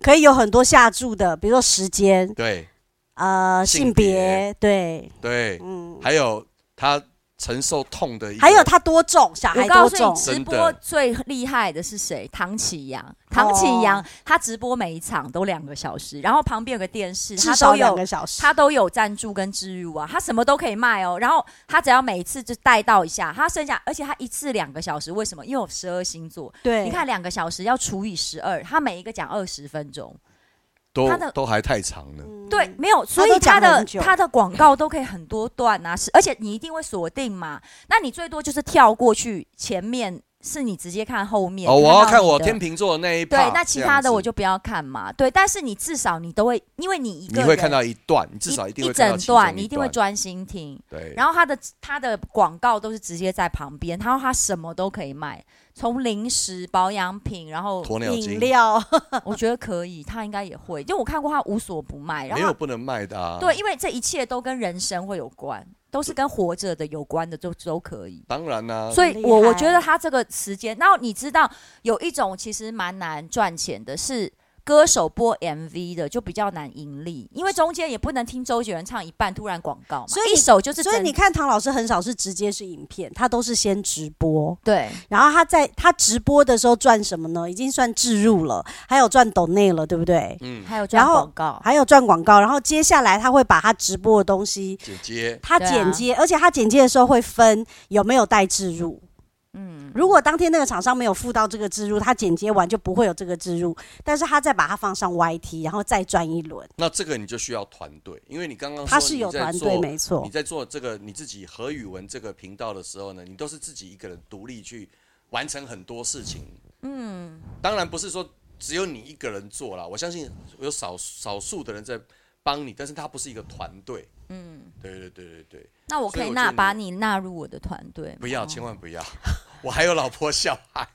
Speaker 5: 可以有很多下注的，比如说时间、
Speaker 3: 对
Speaker 5: 呃
Speaker 3: 性
Speaker 5: 性别，对，
Speaker 3: 对，
Speaker 5: 嗯，
Speaker 3: 还有他承受痛的一个，
Speaker 5: 还有他多重，小
Speaker 4: 我
Speaker 5: 孩
Speaker 4: 告
Speaker 5: 多
Speaker 4: 诉
Speaker 5: 重
Speaker 4: 你，，直
Speaker 3: 真的
Speaker 4: 播最厉害的是谁？唐启阳，唐启
Speaker 5: 哦
Speaker 4: 阳，他直播每一场都两个小时，然后旁边有个电视，
Speaker 5: 至
Speaker 4: 他
Speaker 5: 少
Speaker 4: 都
Speaker 5: 两
Speaker 4: 有
Speaker 5: 个小时。
Speaker 4: 他都有赞助跟植入啊，他什么都可以卖哦。然后他只要每次就带到一下，他剩下，而且他一次两个小时，为什么？因为有十二星座，
Speaker 5: 对，
Speaker 4: 你看两个小时要除以十二，他每一个讲二十分钟，
Speaker 3: 都
Speaker 4: 他的
Speaker 3: 都还太长了。
Speaker 5: 嗯，
Speaker 4: 对，没有，所以
Speaker 5: 都
Speaker 4: 他
Speaker 5: 讲
Speaker 4: 的
Speaker 5: 很久
Speaker 4: 他的广告都可以很多段啊，是，而且你一定会锁定嘛，那你最多就是跳过去前面。是你直接看后面
Speaker 3: 哦，我要看
Speaker 4: 到
Speaker 3: 我
Speaker 4: 你的
Speaker 3: 天秤座的那一 part，
Speaker 4: 对，那其他
Speaker 3: 这样子
Speaker 4: 的我就不要看嘛。对，但是你至少你都会，因为你一个
Speaker 3: 你
Speaker 4: 人
Speaker 3: 会看到一段，你至少一定会
Speaker 4: 一
Speaker 3: 看到
Speaker 4: 整
Speaker 3: 其中
Speaker 4: 段，
Speaker 3: 一
Speaker 4: 你一定会专心听。
Speaker 3: 对，
Speaker 4: 然后他的他的广告都是直接在旁边，然后他什么都可以卖，从零食、保养品，然后嗯
Speaker 3: 鸵鸟精
Speaker 5: 饮料
Speaker 4: 我觉得可以，他应该也会，就我看过他无所不卖。然
Speaker 3: 没
Speaker 4: 后
Speaker 3: 有不能卖的啊。
Speaker 4: 他对，，因为这一切都跟人生会有关，都是跟活着的有关的，都都可以。
Speaker 3: 当然啦、
Speaker 4: 所以
Speaker 5: 很厉
Speaker 4: 我我
Speaker 5: 害
Speaker 4: 觉得他这个时间，然后你知道有一种其实蛮难赚钱的是。歌手播 MV 的就比较难盈利，因为中间也不能听周杰伦唱一半突然广告嘛，
Speaker 5: 所
Speaker 4: 一
Speaker 5: 以你
Speaker 4: 首就是
Speaker 5: 所以
Speaker 4: 真
Speaker 5: 你看，唐老师很少是直接是影片，他都是先直播，
Speaker 4: 对
Speaker 5: 然后他在他直播的时候赚什么呢？已经算置入了，还有赚抖内了，对不对？
Speaker 3: 嗯，
Speaker 4: 还有赚
Speaker 5: 然后
Speaker 4: 广告，
Speaker 5: 还有赚广告，然后接下来他会把他直播的东西，
Speaker 3: 姐姐，
Speaker 5: 他
Speaker 4: 对啊
Speaker 5: 剪接，而且他剪接的时候会分有没有带置入。
Speaker 4: 嗯，
Speaker 5: 如果当天那个厂商没有付到这个置入，他剪接完就不会有这个置入，但是他再把它放上 YT，然后再转一轮，
Speaker 3: 那这个你就需要团队，因为你刚刚
Speaker 5: 他
Speaker 3: 哦说
Speaker 5: 是
Speaker 3: 你
Speaker 5: 有
Speaker 3: 在
Speaker 5: 团
Speaker 3: 做
Speaker 5: 队没错
Speaker 4: 哦
Speaker 3: 你。在做这个你自己何宇文这个频道的时候呢，你都是自己一个人独立去完成很多事情。嗯，当然不是说只有你一个人做啦，我相信有少少数的人在帮你，但是他不是一个团队。嗯，对对对对对，
Speaker 4: 那我可
Speaker 3: 所以
Speaker 4: 以
Speaker 3: 我觉
Speaker 4: 纳
Speaker 3: 得
Speaker 4: 把
Speaker 3: 你
Speaker 4: 你纳入我的团队吗，
Speaker 3: 不要，千万不要， [LAUGHS] 我还有老婆小孩。
Speaker 4: 哦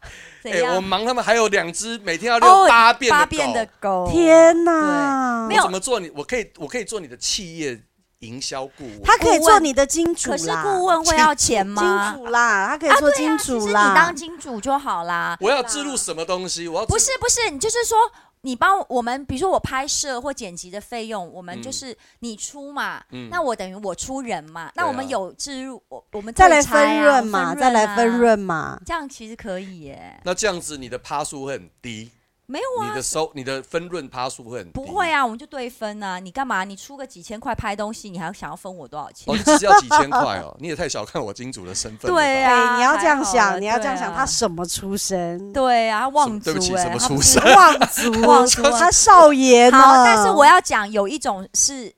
Speaker 4: 怎
Speaker 3: 哎、
Speaker 4: 样？
Speaker 3: 我忙他们还有两只，每天要遛
Speaker 4: 哦
Speaker 3: 八遍的狗。
Speaker 4: 八遍的狗，
Speaker 5: 天哪
Speaker 4: 对！没
Speaker 3: 我
Speaker 4: 有
Speaker 3: 怎么做你？我可以，我可以做你的企业营销顾问。
Speaker 5: 他可以做你的金主
Speaker 4: 可是
Speaker 5: 啦，
Speaker 4: 顾问会要钱
Speaker 5: 金
Speaker 4: 吗？
Speaker 5: 主啦，他可以做金主
Speaker 4: 啊其实
Speaker 5: 啦。
Speaker 4: 你当金主就好啦。
Speaker 3: 我要植入什么东西？我要植
Speaker 4: 不是不是，你就是说，你帮我们，比如说我拍摄或剪辑的费用，我
Speaker 3: 嗯
Speaker 4: 们就是你出嘛，那我等于我出人嘛，那我们
Speaker 3: 对啊
Speaker 4: 有置入，我我们
Speaker 5: 再来
Speaker 4: 退差啊
Speaker 5: 分润嘛，再来分，
Speaker 4: 啊
Speaker 5: 润嘛。
Speaker 4: 这样其实可以耶，
Speaker 3: 那这样子，你的趴数会很低，
Speaker 4: 没有
Speaker 3: 你
Speaker 4: 啊
Speaker 3: 的。收、你的分润趴数会很低。
Speaker 4: 不会
Speaker 3: 啊，
Speaker 4: 啊，我们就对分啊！你干嘛？你出个几千块拍东西，你还想要分我多少钱？
Speaker 3: 哦，你只是要几千块哦，你也太小看我金主的身份了吧。
Speaker 4: 对
Speaker 5: 对
Speaker 4: 啊，，
Speaker 5: 你要这样
Speaker 4: 还好啦
Speaker 5: 想，你要这样想，他
Speaker 4: 对啊
Speaker 5: 什么出身？
Speaker 4: 对啊，他
Speaker 3: 什
Speaker 4: 望
Speaker 3: 么
Speaker 4: 族
Speaker 3: 对不起
Speaker 4: 哎
Speaker 3: 什么
Speaker 4: 他
Speaker 3: 出
Speaker 4: 不是
Speaker 3: 身
Speaker 5: 望族，
Speaker 4: [LAUGHS] 望族
Speaker 5: 他少爷呢？
Speaker 4: 好，但是我要讲有一种是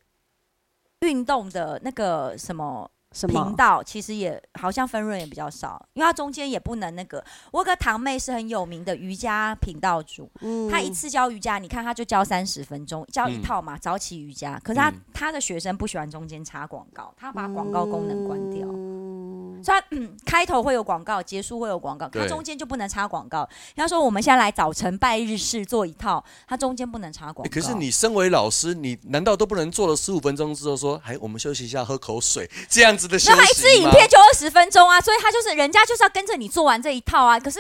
Speaker 4: 运动的那个什么
Speaker 5: 什么
Speaker 4: 频？道，其实也好像分润也比较少，因为它中间也不能那个。我有个堂妹是很有名的瑜伽频道主，
Speaker 5: 嗯
Speaker 4: 她一次教瑜伽，你看她就教三十分钟，教一
Speaker 3: 嗯
Speaker 4: 套嘛，早起瑜伽。可是她
Speaker 3: 嗯
Speaker 4: 她的学生不喜欢中间插广告，她把广告功能关掉。
Speaker 5: 嗯
Speaker 4: 所以它、嗯开头会有广告，结束会有广告，它
Speaker 3: 对
Speaker 4: 中间就不能插广告。人家说我们现在来早晨拜日式做一套，它中间不能插广
Speaker 3: 欸
Speaker 4: 告。
Speaker 3: 可是你身为老师，你难道都不能做了十五分钟之后说，哎，我们休息一下，喝口水这样子的休息
Speaker 4: 那
Speaker 3: 吗？
Speaker 4: 他一支影片就二十分钟啊，所以他就是人家就是要跟着你做完这一套啊。可是，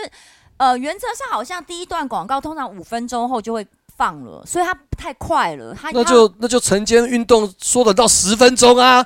Speaker 4: 呃，原则上好像第一段广告通常五分钟后就会放了，所以他太快了。他
Speaker 3: 那就那就晨间运动缩短到十分钟啊。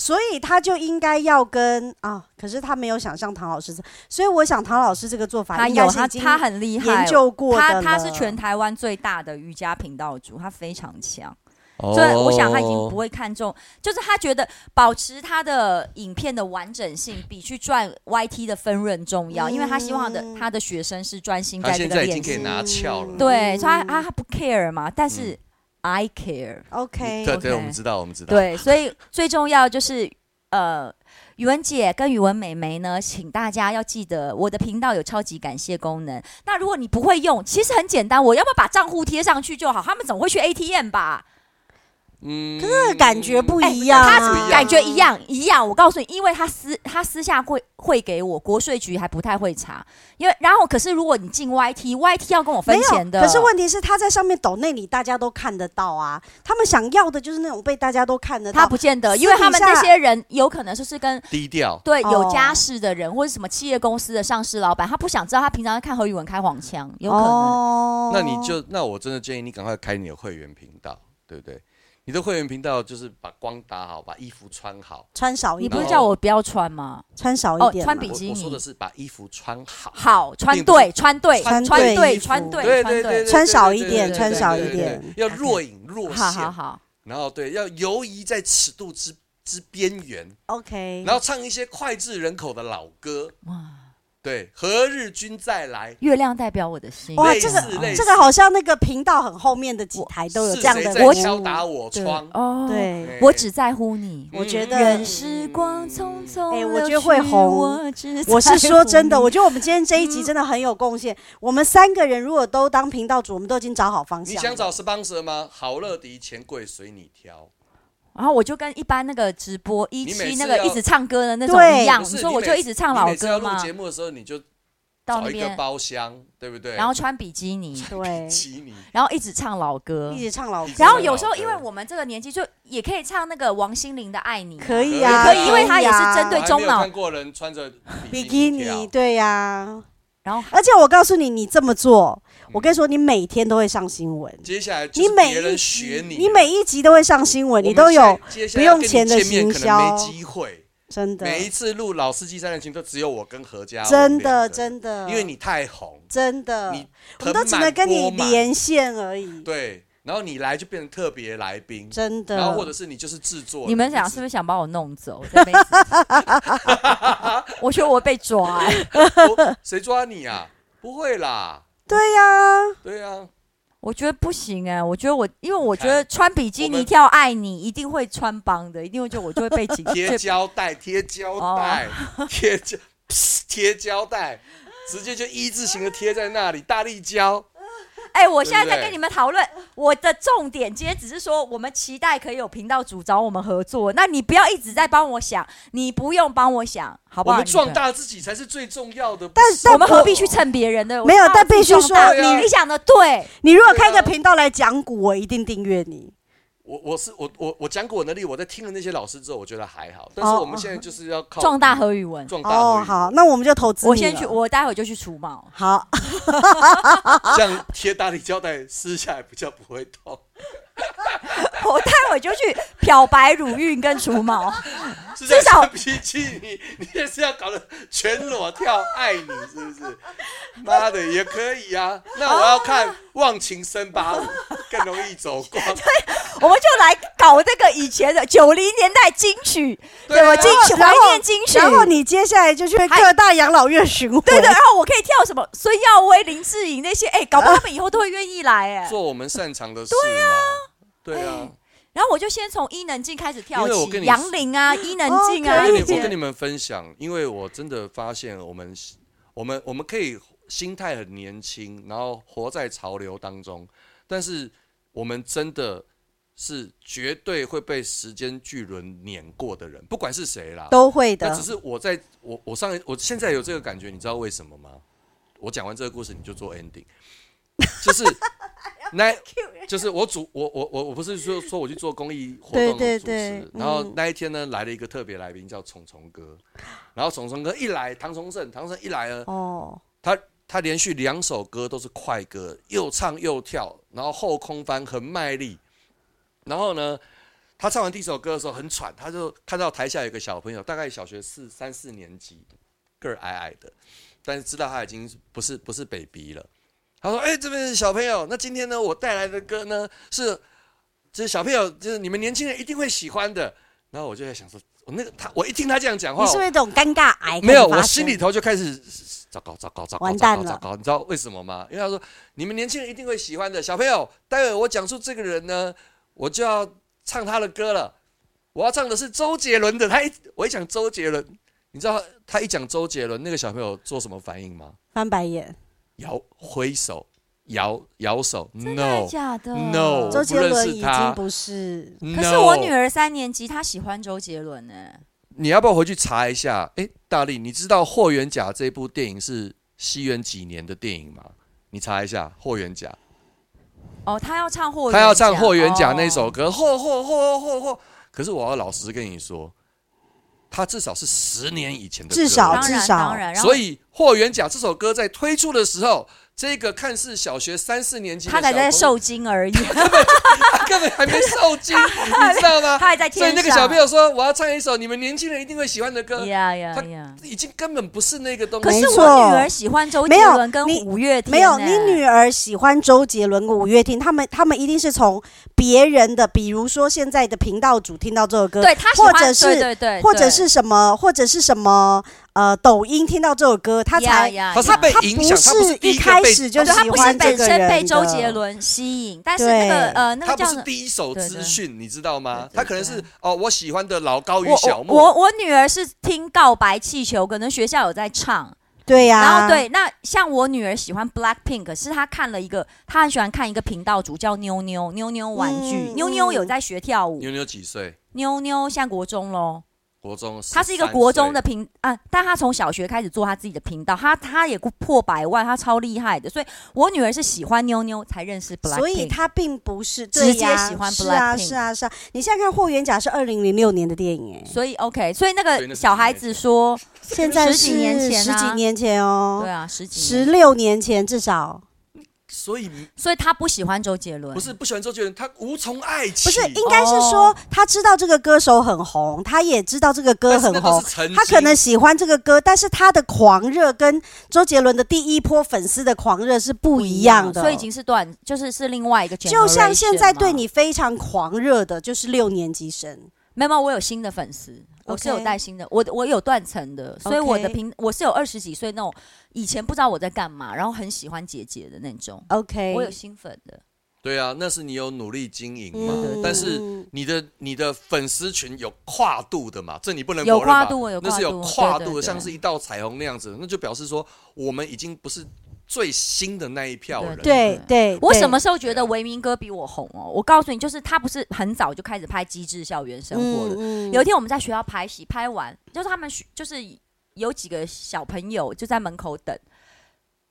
Speaker 5: 所以他就应该要跟啊，可是他没有想像唐老师这，所以我想唐老师这个做
Speaker 4: 他
Speaker 5: 法
Speaker 4: 他
Speaker 5: 应该
Speaker 4: 有
Speaker 5: 是
Speaker 4: 他
Speaker 5: 已经
Speaker 4: 他很厉害，哦
Speaker 5: 研究过的
Speaker 4: 他
Speaker 5: 了
Speaker 4: 他是全台湾最大的瑜伽频道主，他非常强。
Speaker 5: 哦
Speaker 3: 哦
Speaker 4: 所以我想他已经不会看重，就是他觉得保持他的影片的完整性比去赚 YT 的分润重要，因为他希望的
Speaker 5: 嗯
Speaker 4: 他的学生是专心
Speaker 3: 他
Speaker 4: 这
Speaker 3: 现
Speaker 4: 个
Speaker 3: 在已
Speaker 4: 练
Speaker 3: 经可以
Speaker 4: 习。
Speaker 3: 拿翘了。
Speaker 4: 对，所以他
Speaker 5: 嗯
Speaker 4: 他他不 care 嘛，但是 I care。
Speaker 5: OK，
Speaker 3: 对对，
Speaker 4: OK
Speaker 3: 我们知道，我们知道。
Speaker 4: 对，所以最重要就是呃，语文姐跟语文美眉呢，请大家要记得我的频道有超级感谢功能。那如果你不会用，其实很简单，我要不要把账户贴上去就好？他们总会去 ATM 吧？
Speaker 3: 嗯，
Speaker 5: 这感觉不
Speaker 4: 哎
Speaker 5: 一样啊，
Speaker 4: 他感觉一样一样。我告诉你，因为他私他私下会会给我，国税局还不太会查。因为然后可是如果你进 YT，YT 要跟我分
Speaker 5: 没有
Speaker 4: 钱的。
Speaker 5: 可是问题是他在上面抖内里，大家都看得到啊。他们想要的就是那种被大家都看得到。
Speaker 4: 他不见得，
Speaker 5: 私
Speaker 4: 因为他们
Speaker 5: 底下
Speaker 4: 这些人有可能就是跟
Speaker 3: 低调。
Speaker 4: 对
Speaker 5: 哦
Speaker 4: 有家室的人，或者什么企业公司的上市老板，他不想知道他平常在看何宇文开黄腔，有可能。
Speaker 5: 哦
Speaker 3: 那你就那我真的建议你赶快开你的会员频道，对不对？你的会员频道就是把光打好，把衣服穿好。
Speaker 5: 穿少一
Speaker 4: 你不
Speaker 5: 点，
Speaker 4: 是
Speaker 3: 哦
Speaker 4: 叫我不要穿吗？
Speaker 5: 穿少
Speaker 4: 哦
Speaker 5: 一点嘛，
Speaker 4: 穿比
Speaker 3: 我
Speaker 4: 基尼
Speaker 3: 我说的是把衣服穿好。
Speaker 4: 好，穿
Speaker 3: 并不是
Speaker 4: 对，穿对，
Speaker 5: 穿
Speaker 4: 穿
Speaker 5: 对
Speaker 4: 对，
Speaker 5: 衣服
Speaker 4: 穿
Speaker 3: 对
Speaker 4: 对，穿
Speaker 3: 对对，
Speaker 4: 对。
Speaker 3: 对
Speaker 5: 穿少一
Speaker 3: 对
Speaker 5: 点
Speaker 3: 对
Speaker 4: 穿
Speaker 3: 对
Speaker 5: 少
Speaker 3: 对
Speaker 5: 一
Speaker 3: 对
Speaker 5: 点
Speaker 3: 对要若隐若
Speaker 4: 好好
Speaker 3: 现，
Speaker 4: 好，
Speaker 3: 然后对，要游移在尺度之之边缘，
Speaker 5: OK。
Speaker 3: 然后唱一些脍炙人口的老歌，
Speaker 4: 哇，
Speaker 3: 对，何日君再来，
Speaker 4: 月亮代表我的心。
Speaker 5: 哇，
Speaker 3: 类
Speaker 5: 这
Speaker 3: 似
Speaker 5: 个
Speaker 3: 类
Speaker 5: 这
Speaker 3: 似
Speaker 5: 个好像那个频道很后面的几台都有
Speaker 3: 是
Speaker 5: 这样
Speaker 3: 谁
Speaker 5: 的
Speaker 3: 在
Speaker 5: 服务
Speaker 3: 敲打我嗯窗？哎
Speaker 4: 哦，，
Speaker 5: 对，
Speaker 4: 我只在乎你。
Speaker 5: 我觉得
Speaker 4: 任时光匆匆
Speaker 5: 哎
Speaker 4: 流去，
Speaker 5: 我觉得会红
Speaker 4: 我只在
Speaker 5: 我是说真的，
Speaker 4: 乎你
Speaker 5: 我觉得我们今天这一集真的很有贡献。我们三个人如果都当频道主，我们都已经找好方向
Speaker 3: 你
Speaker 5: 了。
Speaker 3: 想找 sponsor 吗？好乐迪、钱柜随你挑。
Speaker 4: 然后我就跟一般那个直播一
Speaker 3: 你
Speaker 4: 期
Speaker 3: 每次
Speaker 4: 那个
Speaker 3: 要
Speaker 4: 一直唱歌的那种一
Speaker 5: 对
Speaker 4: 样，
Speaker 3: 不是
Speaker 4: 你说
Speaker 3: 你
Speaker 4: 我
Speaker 3: 每
Speaker 4: 就
Speaker 3: 次
Speaker 4: 一直唱老
Speaker 3: 你每次要
Speaker 4: 歌
Speaker 3: 录
Speaker 4: 吗
Speaker 3: 节？目的时候，你就
Speaker 4: 到那
Speaker 3: 找一个
Speaker 4: 边，
Speaker 3: 包厢，对不对？
Speaker 4: 然后穿比基尼，
Speaker 5: 对，
Speaker 3: 骑你，
Speaker 4: 然后一直唱老歌
Speaker 5: 一。直唱老歌，
Speaker 4: 然后有
Speaker 3: 老
Speaker 4: 时候，
Speaker 3: 歌
Speaker 4: 因为我们这个年纪，就也可以唱那个王心凌的《爱你》啊，
Speaker 5: 可以
Speaker 3: 啊
Speaker 5: 呀，
Speaker 3: 可以因为
Speaker 5: 啊
Speaker 4: 它也是针对
Speaker 3: 我还
Speaker 4: 中
Speaker 3: 没有
Speaker 4: 老
Speaker 3: 看过人穿着
Speaker 5: 比基
Speaker 3: 基
Speaker 5: 尼，
Speaker 3: 跳
Speaker 5: 对呀、
Speaker 4: 然后
Speaker 5: 而且我告诉你，你这么做，我跟你说，你每天都会上新闻，
Speaker 3: 接下来嗯就
Speaker 5: 你
Speaker 3: 是
Speaker 5: 每
Speaker 3: 别
Speaker 5: 一
Speaker 3: 人
Speaker 5: 集
Speaker 3: 学你，
Speaker 5: 你每一集都会上新闻，你都有不用钱的行销
Speaker 3: 没机会。
Speaker 5: 真的，
Speaker 3: 每一次录《老司机三人行》都只有我跟何家，
Speaker 5: 真
Speaker 3: 的，
Speaker 5: 的真的，
Speaker 3: 因为你太红，
Speaker 5: 真的，
Speaker 3: 你
Speaker 5: 我们都只能跟你
Speaker 3: 盆满钵满
Speaker 5: 连线而已，
Speaker 3: 对，然后你来就变成特别来宾，
Speaker 5: 真的。
Speaker 3: 然后或者是你就是制作人，
Speaker 4: 你们想
Speaker 3: 就是
Speaker 4: 不是想把我弄走？在那边 [LAUGHS] 我觉得我被抓、哎
Speaker 3: [LAUGHS] 我谁抓你啊？不会啦，
Speaker 5: 对呀、
Speaker 3: 对啊，
Speaker 4: 我觉得不行哎、我觉得我，因为我觉
Speaker 3: 看
Speaker 4: 得穿比基
Speaker 3: 我
Speaker 4: 尼
Speaker 3: 们
Speaker 4: 跳爱你一定会穿帮的，一定会就我就会被警
Speaker 3: [LAUGHS] 贴
Speaker 4: 戒。
Speaker 3: 胶带，贴胶带，
Speaker 5: 哦
Speaker 3: 贴胶，噗贴胶带，直接就一字形的贴在那里，大力胶。
Speaker 4: 哎、我现在
Speaker 3: 对不
Speaker 4: 在
Speaker 3: 对
Speaker 4: 跟你们讨论，我的重点今天只是说，我们期待可以有频道主找我们合作，那你不要一直在帮我想，你不用帮我想，好不
Speaker 3: 我
Speaker 4: 好？
Speaker 3: 们
Speaker 4: 你
Speaker 3: 壮
Speaker 4: 们。
Speaker 3: 大自己才是最重要的。
Speaker 5: 但
Speaker 3: 不是
Speaker 5: 但
Speaker 4: 我们何
Speaker 5: 我
Speaker 4: 必去蹭别人的？
Speaker 5: 没有
Speaker 4: 我知道
Speaker 5: 但必须
Speaker 4: 自己壮大啊
Speaker 5: 说
Speaker 4: 你
Speaker 3: 你
Speaker 4: 你想的对，
Speaker 5: 你如果开个频道来讲股，我一定订阅你。
Speaker 3: 我我是我我我讲古文的例，我在听了那些老师之后，我觉得还好。但是
Speaker 5: 哦
Speaker 3: 我们现在就是要靠
Speaker 4: 壮大何宇文。
Speaker 3: 壮啊大而
Speaker 5: 哦，
Speaker 3: 已
Speaker 5: 好，那我们就投资你
Speaker 4: 我先
Speaker 5: 了
Speaker 4: 去，我待会就去除毛。 [LAUGHS]
Speaker 5: 好，
Speaker 3: 这样贴大力胶带撕下来比较不会痛。
Speaker 4: 我待会就去漂白乳晕跟除毛。 [LAUGHS]
Speaker 3: 是在
Speaker 4: 至少
Speaker 3: 穿比基尼，你也是要搞得全裸跳爱你是不是？妈的也可以啊，那我要看《忘情森巴舞》，更容易走光。
Speaker 4: 哦我们就来搞这个以前的九零年代金曲，
Speaker 3: 对啊
Speaker 4: 我金曲
Speaker 5: 然
Speaker 4: 怀
Speaker 5: 后
Speaker 4: 念金曲。
Speaker 5: 然后你接下来就去各大养老院巡回，
Speaker 4: 对对，然后我可以跳什么孙耀威、林志颖那些，哎，搞不好他们以后都会愿意来哎。
Speaker 3: 做我们擅长的事嘛。对啊，
Speaker 4: 然后我就先从伊能静开始跳
Speaker 3: 因为我跟
Speaker 4: 起，
Speaker 3: 你
Speaker 4: 杨玲啊、 [LAUGHS] 伊能静
Speaker 5: 哦
Speaker 4: 啊
Speaker 5: 可
Speaker 3: 我跟你
Speaker 5: 以，
Speaker 3: 我跟你们分享，因为我真的发现我们我们我们可以心态很年轻，然后活在潮流当中，但是我们真的是绝对会被时间巨轮碾过的人，不管是谁啦。
Speaker 5: 都会
Speaker 3: 那
Speaker 5: 的
Speaker 3: 只。是我在我我上一我现在有这个感觉，你知道为什么吗？我讲完这个故事你就做
Speaker 5: [LAUGHS]
Speaker 3: ending，就是
Speaker 5: 哎
Speaker 3: 那就是我主我我我我不是说说我去做公益活动
Speaker 5: [LAUGHS]
Speaker 3: 的
Speaker 5: 对对
Speaker 3: 主持
Speaker 5: 对，
Speaker 3: 然后
Speaker 5: 嗯
Speaker 3: 那一天呢来了一个特别来宾叫虫虫哥，然后虫虫哥一来，唐崇盛唐崇盛一来呢，
Speaker 5: 哦，
Speaker 3: 他他连续两首歌都是快歌，又唱又跳，然后后空翻很卖力。然后呢，他唱完第一首歌的时候很喘，他就看到台下有个小朋友，大概小学四三四年级，个儿矮矮的，但是知道他已经不是不是 baby 了。他说：“哎、这边是小朋友，那今天呢，我带来的歌呢是就是小朋友，就是你们年轻人一定会喜欢的。然后我就在想说，我那个他，我一听他这样讲话，
Speaker 5: 你是不是这种尴尬癌？
Speaker 3: 哦没有，我心里头就开始糟糕糟糕糟糕
Speaker 5: 完
Speaker 3: 糟
Speaker 5: 蛋
Speaker 3: 糕
Speaker 5: 了
Speaker 3: 糟糕，你知道为什么吗？因为他说你们年轻人一定会喜欢的，小朋友，待会我讲述这个人呢，我就要唱他的歌了，我要唱的是周杰伦的。他一我一讲周杰伦，你知道他一讲周杰伦，那个小朋友做什么反应吗？
Speaker 5: 翻白眼。
Speaker 3: 摇挥手，摇摇手
Speaker 4: 真的
Speaker 3: ，no
Speaker 4: 假的
Speaker 3: no
Speaker 5: 周杰伦
Speaker 3: 我不认识
Speaker 5: 已
Speaker 3: 他
Speaker 5: 经不是，
Speaker 3: no。
Speaker 4: 可是我女儿三年级，她喜欢周杰伦呢、哎
Speaker 3: 你要不要回去查一下？诶，大力，你知道《霍元甲》这部电影是西元几年的电影吗？你查一下《霍元甲》，
Speaker 4: 哦，她要唱霍元甲，
Speaker 3: 他要唱《霍元甲》
Speaker 4: 哦
Speaker 3: 那首歌，霍霍霍霍霍。可是我要老实跟你说，他至少是十年以前的歌，
Speaker 5: 至少
Speaker 4: 哦当然当然，然后
Speaker 3: 所以《霍元甲》这首歌在推出的时候，这个看似小学三四年级的
Speaker 4: 她才
Speaker 3: 小朋
Speaker 4: 在
Speaker 3: 友
Speaker 4: 受惊
Speaker 3: [LAUGHS]
Speaker 4: 而已， [LAUGHS]
Speaker 3: 他根本还没受精，你知道吗？
Speaker 4: 她还在天
Speaker 3: 所以
Speaker 4: 上。
Speaker 3: 那个小朋友说：“我要唱一首你们年轻人一定会喜欢的歌。”
Speaker 4: 呀呀
Speaker 3: 他
Speaker 4: 呀！
Speaker 3: 已经根本不是那个东
Speaker 4: 可
Speaker 3: 西
Speaker 4: 是
Speaker 5: 没。
Speaker 4: 我
Speaker 5: 错
Speaker 4: 女儿喜欢周杰伦跟
Speaker 5: 没有你
Speaker 4: 五月天、
Speaker 5: 没有，
Speaker 4: 呢。
Speaker 5: 你女儿喜欢周杰伦跟五月天，他们他们一定是从别人的，比如说现在的频道主听到这首歌，
Speaker 4: 对她喜
Speaker 5: 或
Speaker 4: 欢，
Speaker 5: 者是
Speaker 4: 对对对，
Speaker 5: 或者
Speaker 4: 对
Speaker 5: 是什么，或者是什么，呃，抖音听到这首歌，她
Speaker 4: 呀
Speaker 5: 才
Speaker 4: 呀
Speaker 3: 可是
Speaker 4: 呀
Speaker 3: 她被
Speaker 5: 她
Speaker 3: 影响，她
Speaker 5: 不
Speaker 3: 不是
Speaker 5: 是
Speaker 3: 第
Speaker 5: 一
Speaker 3: 个
Speaker 5: 开
Speaker 3: 被
Speaker 5: 始就
Speaker 4: 对她
Speaker 5: 喜
Speaker 4: 不是
Speaker 5: 欢这
Speaker 4: 本
Speaker 5: 个
Speaker 4: 身
Speaker 5: 人
Speaker 4: 被周
Speaker 5: 的
Speaker 4: 杰伦吸引，但是那个
Speaker 5: 对
Speaker 4: 呃那
Speaker 3: 他
Speaker 4: 个
Speaker 3: 不
Speaker 4: 叫什
Speaker 3: 是
Speaker 4: 么？
Speaker 3: 第一手资讯，你知道
Speaker 4: 对？
Speaker 3: 吗
Speaker 4: 对
Speaker 3: 他可能是哦，我喜欢的老高与
Speaker 4: 我
Speaker 3: 小
Speaker 4: 我我
Speaker 3: 莫，
Speaker 4: 我女儿是听《告白气球》，可能学校有在唱，
Speaker 5: 对呀、
Speaker 4: 然后对，那像我女儿喜欢 Blackpink，是她看了一个，她很喜欢看一个频道主叫妞妞妞妞玩具，
Speaker 5: 嗯
Speaker 4: 妞妞有在学跳舞，
Speaker 3: 妞妞几岁？
Speaker 4: 妞妞现在国中喽，
Speaker 3: 国中，
Speaker 4: 她是一个国中的，频啊，但她从小学开始做她自己的频道，她她也破百万，她超厉害的，所以我女儿是喜欢妞妞才认识 Blackpink，
Speaker 5: 所以她并不是
Speaker 4: 直
Speaker 5: 对
Speaker 4: 接
Speaker 5: 呀
Speaker 4: 喜欢
Speaker 5: 是啊
Speaker 4: Blackpink
Speaker 5: 是啊是啊，你现在看《霍元甲》是二零零六年的电影，哎，
Speaker 4: 所以 OK，所以那
Speaker 3: 所以那
Speaker 4: 个
Speaker 3: 是
Speaker 4: 小孩子说，
Speaker 5: 现在
Speaker 4: 十几
Speaker 5: 是
Speaker 4: 年前
Speaker 5: 十几
Speaker 4: 啊
Speaker 5: 年前哦
Speaker 4: 对，啊，十几
Speaker 5: 十
Speaker 4: 年，
Speaker 5: 六年前至少。
Speaker 3: 所以
Speaker 4: 所以她不喜欢周杰伦，
Speaker 3: 不是不喜欢周杰伦，他无从爱起。
Speaker 5: 不是，应该是说
Speaker 4: 哦
Speaker 5: 他知道这个歌手很红，他也知道这个歌
Speaker 3: 但是
Speaker 5: 很
Speaker 3: 那都
Speaker 5: 红
Speaker 3: 是，曾经
Speaker 5: 他可能喜欢这个歌，但是他的狂热跟周杰伦的第一波粉丝的狂热是不一样的，
Speaker 4: 所以已经是断，就是是另外一个 generation 嘛，
Speaker 5: 就像现在对你非常狂热的就是六年级生，
Speaker 4: 没有，没有我有新的粉丝，我是有
Speaker 5: OK
Speaker 4: 带新的，我我有断层的，所以我的平我是有二十几岁那种以前不知道我在干嘛，然后很喜欢姐姐的那种，
Speaker 5: OK，
Speaker 4: 我有新粉的，
Speaker 3: 对啊，那是你有努力经营嘛
Speaker 5: 嗯，
Speaker 3: 但是。你的你的粉丝群有跨度的嘛？这你不能
Speaker 4: 有
Speaker 3: 否认吧
Speaker 4: 跨度有跨
Speaker 3: 那
Speaker 4: 度
Speaker 3: 是有跨
Speaker 4: 对
Speaker 3: 度
Speaker 4: 对
Speaker 3: 的，
Speaker 4: 对
Speaker 3: 像是一道彩虹那样子，那就表示说我们已经不是最新的那一票人。
Speaker 5: 对对，
Speaker 4: 我
Speaker 5: 对
Speaker 4: 什么？时候觉得维明哥比我红哦？我告诉你，就是他不是很早就开始拍《机智校园生活》了，
Speaker 5: 嗯
Speaker 4: 有一天我们在学校拍戏，拍完就是他们学就是有几个小朋友就在门口等，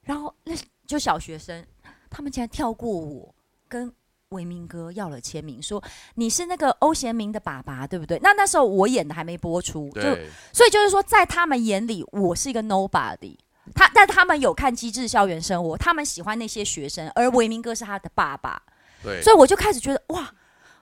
Speaker 4: 然后那就小学生，他们竟然跳过我，跟维明哥要了签名，说你是那个欧贤明的爸爸，对不对？那那时候我演的还没播出，就
Speaker 3: 对，
Speaker 4: 所以就是说，在他们眼里，我是一个 nobody。他但他们有看《机智校园生活》，他们喜欢那些学生，而维明哥是他的爸爸，
Speaker 3: 对，
Speaker 4: 所以我就开始觉得哇，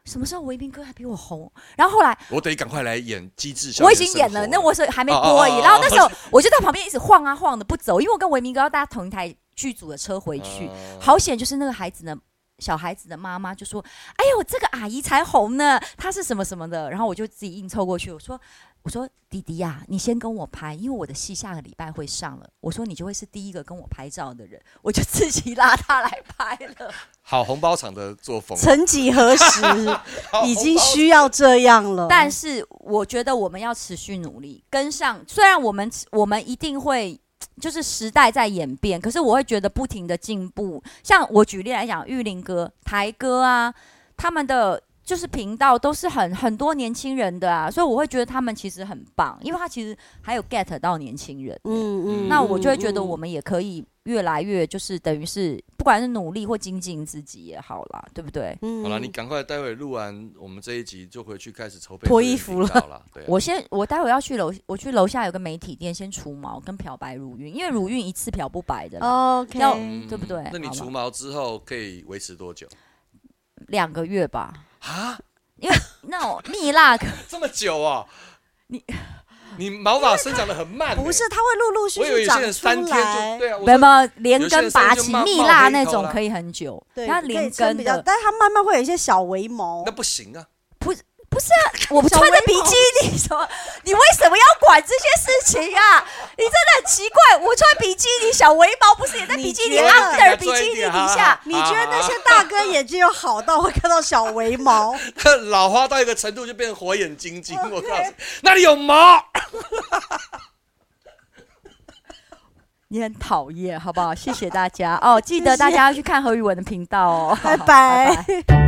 Speaker 4: 什么时候维明哥还比我红？然后后来
Speaker 3: 我得赶快来演机智校
Speaker 4: 我
Speaker 3: 园
Speaker 4: 已
Speaker 3: 生活。
Speaker 4: 经演了，那我是还没
Speaker 3: 哦哦
Speaker 4: 播而
Speaker 3: 哦
Speaker 4: 已。
Speaker 3: 哦
Speaker 4: 然后那时候我就在旁边一直晃啊晃的不走，因为我跟维明哥要搭同一台剧组的车回去。
Speaker 3: 啊
Speaker 4: 好险，就是那个孩子呢，小孩子的妈妈就说：“哎呦，这个阿姨才红呢，她是什么什么的。”然后我就自己硬凑过去，我说：“我说弟弟呀、你先跟我拍，因为我的戏下个礼拜会上了。我说你就会是第一个跟我拍照的人，我就自己拉他来拍了。
Speaker 3: 好红包厂的作风，
Speaker 5: 曾几何时已经需要这样了，
Speaker 4: 但是我觉得我们要持续努力跟上，虽然我们我们一定会。就是时代在演变，可是我会觉得不停的进步。像我举例来讲，玉林哥、台哥啊，他们的就是频道都是很很多年轻人的啊，所以我会觉得他们其实很棒，因为他其实还有 get 到年轻人。
Speaker 5: 嗯
Speaker 4: 那我就会觉得我们也可以越来越就是等于是不管是努力或精进自己也好啦，对不对？
Speaker 5: 嗯
Speaker 3: 好了，你赶快待会录完我们这一集就回去开始筹备
Speaker 5: 脱衣服
Speaker 3: 了
Speaker 5: 了
Speaker 3: 了。对啊，
Speaker 4: 我先，我待会要去楼，我去楼下有个媒体店先除毛跟漂白乳晕，因为乳晕一次漂不白的啦，
Speaker 5: OK，
Speaker 4: 要
Speaker 3: 嗯
Speaker 4: 对不对
Speaker 3: 那你
Speaker 4: 好吧
Speaker 3: 除毛之后可以维持多久
Speaker 4: 两、个月吧。
Speaker 3: 啊？ [LAUGHS]
Speaker 4: 那种蜜蜡可，
Speaker 5: [LAUGHS]
Speaker 3: 这么久哦？啊 [LAUGHS] 你毛发生长得很慢、欸
Speaker 5: 不是，，它会陆陆续
Speaker 3: 我以为
Speaker 5: 续
Speaker 3: 有些
Speaker 5: 长
Speaker 3: 人
Speaker 5: 出
Speaker 3: 三天就
Speaker 5: 来。
Speaker 3: 对啊，我
Speaker 4: 没有没
Speaker 3: 说
Speaker 4: 有，连
Speaker 3: 有些人
Speaker 4: 根拔
Speaker 3: 甚至
Speaker 4: 起
Speaker 3: 就冒
Speaker 4: 蜜
Speaker 3: 冒
Speaker 4: 蜡
Speaker 3: 黑
Speaker 4: 那
Speaker 3: 头
Speaker 4: 种
Speaker 3: 啦
Speaker 4: 可以很久，
Speaker 5: 对，
Speaker 4: 它
Speaker 5: 可以
Speaker 4: 连
Speaker 5: 撑
Speaker 4: 根
Speaker 5: 比较
Speaker 4: 的，
Speaker 5: 但是它慢慢会有一些小微毛
Speaker 3: 那。不行啊， [LAUGHS]
Speaker 4: 我
Speaker 5: 小
Speaker 4: 穿着
Speaker 5: 微
Speaker 4: 比
Speaker 5: 毛
Speaker 4: 基尼什么？你为什么要管这些事情啊？你真的很奇怪。我穿比基尼小围毛，不是也在
Speaker 5: 你
Speaker 4: 比
Speaker 3: [LAUGHS]
Speaker 4: 基尼
Speaker 5: 觉得
Speaker 4: under 比
Speaker 3: 做一
Speaker 4: 基尼
Speaker 3: 点
Speaker 4: 底
Speaker 3: 啊
Speaker 4: 下？
Speaker 5: 你觉得那些大哥眼睛有好到会看到小微毛？
Speaker 3: 老花到一个程度就变火眼金睛，我告诉你，那里有毛。
Speaker 4: 你很讨厌，好不好？谢谢大家哦，记得大家要去看何宇文的频道哦。
Speaker 5: 拜拜
Speaker 4: [LAUGHS] 拜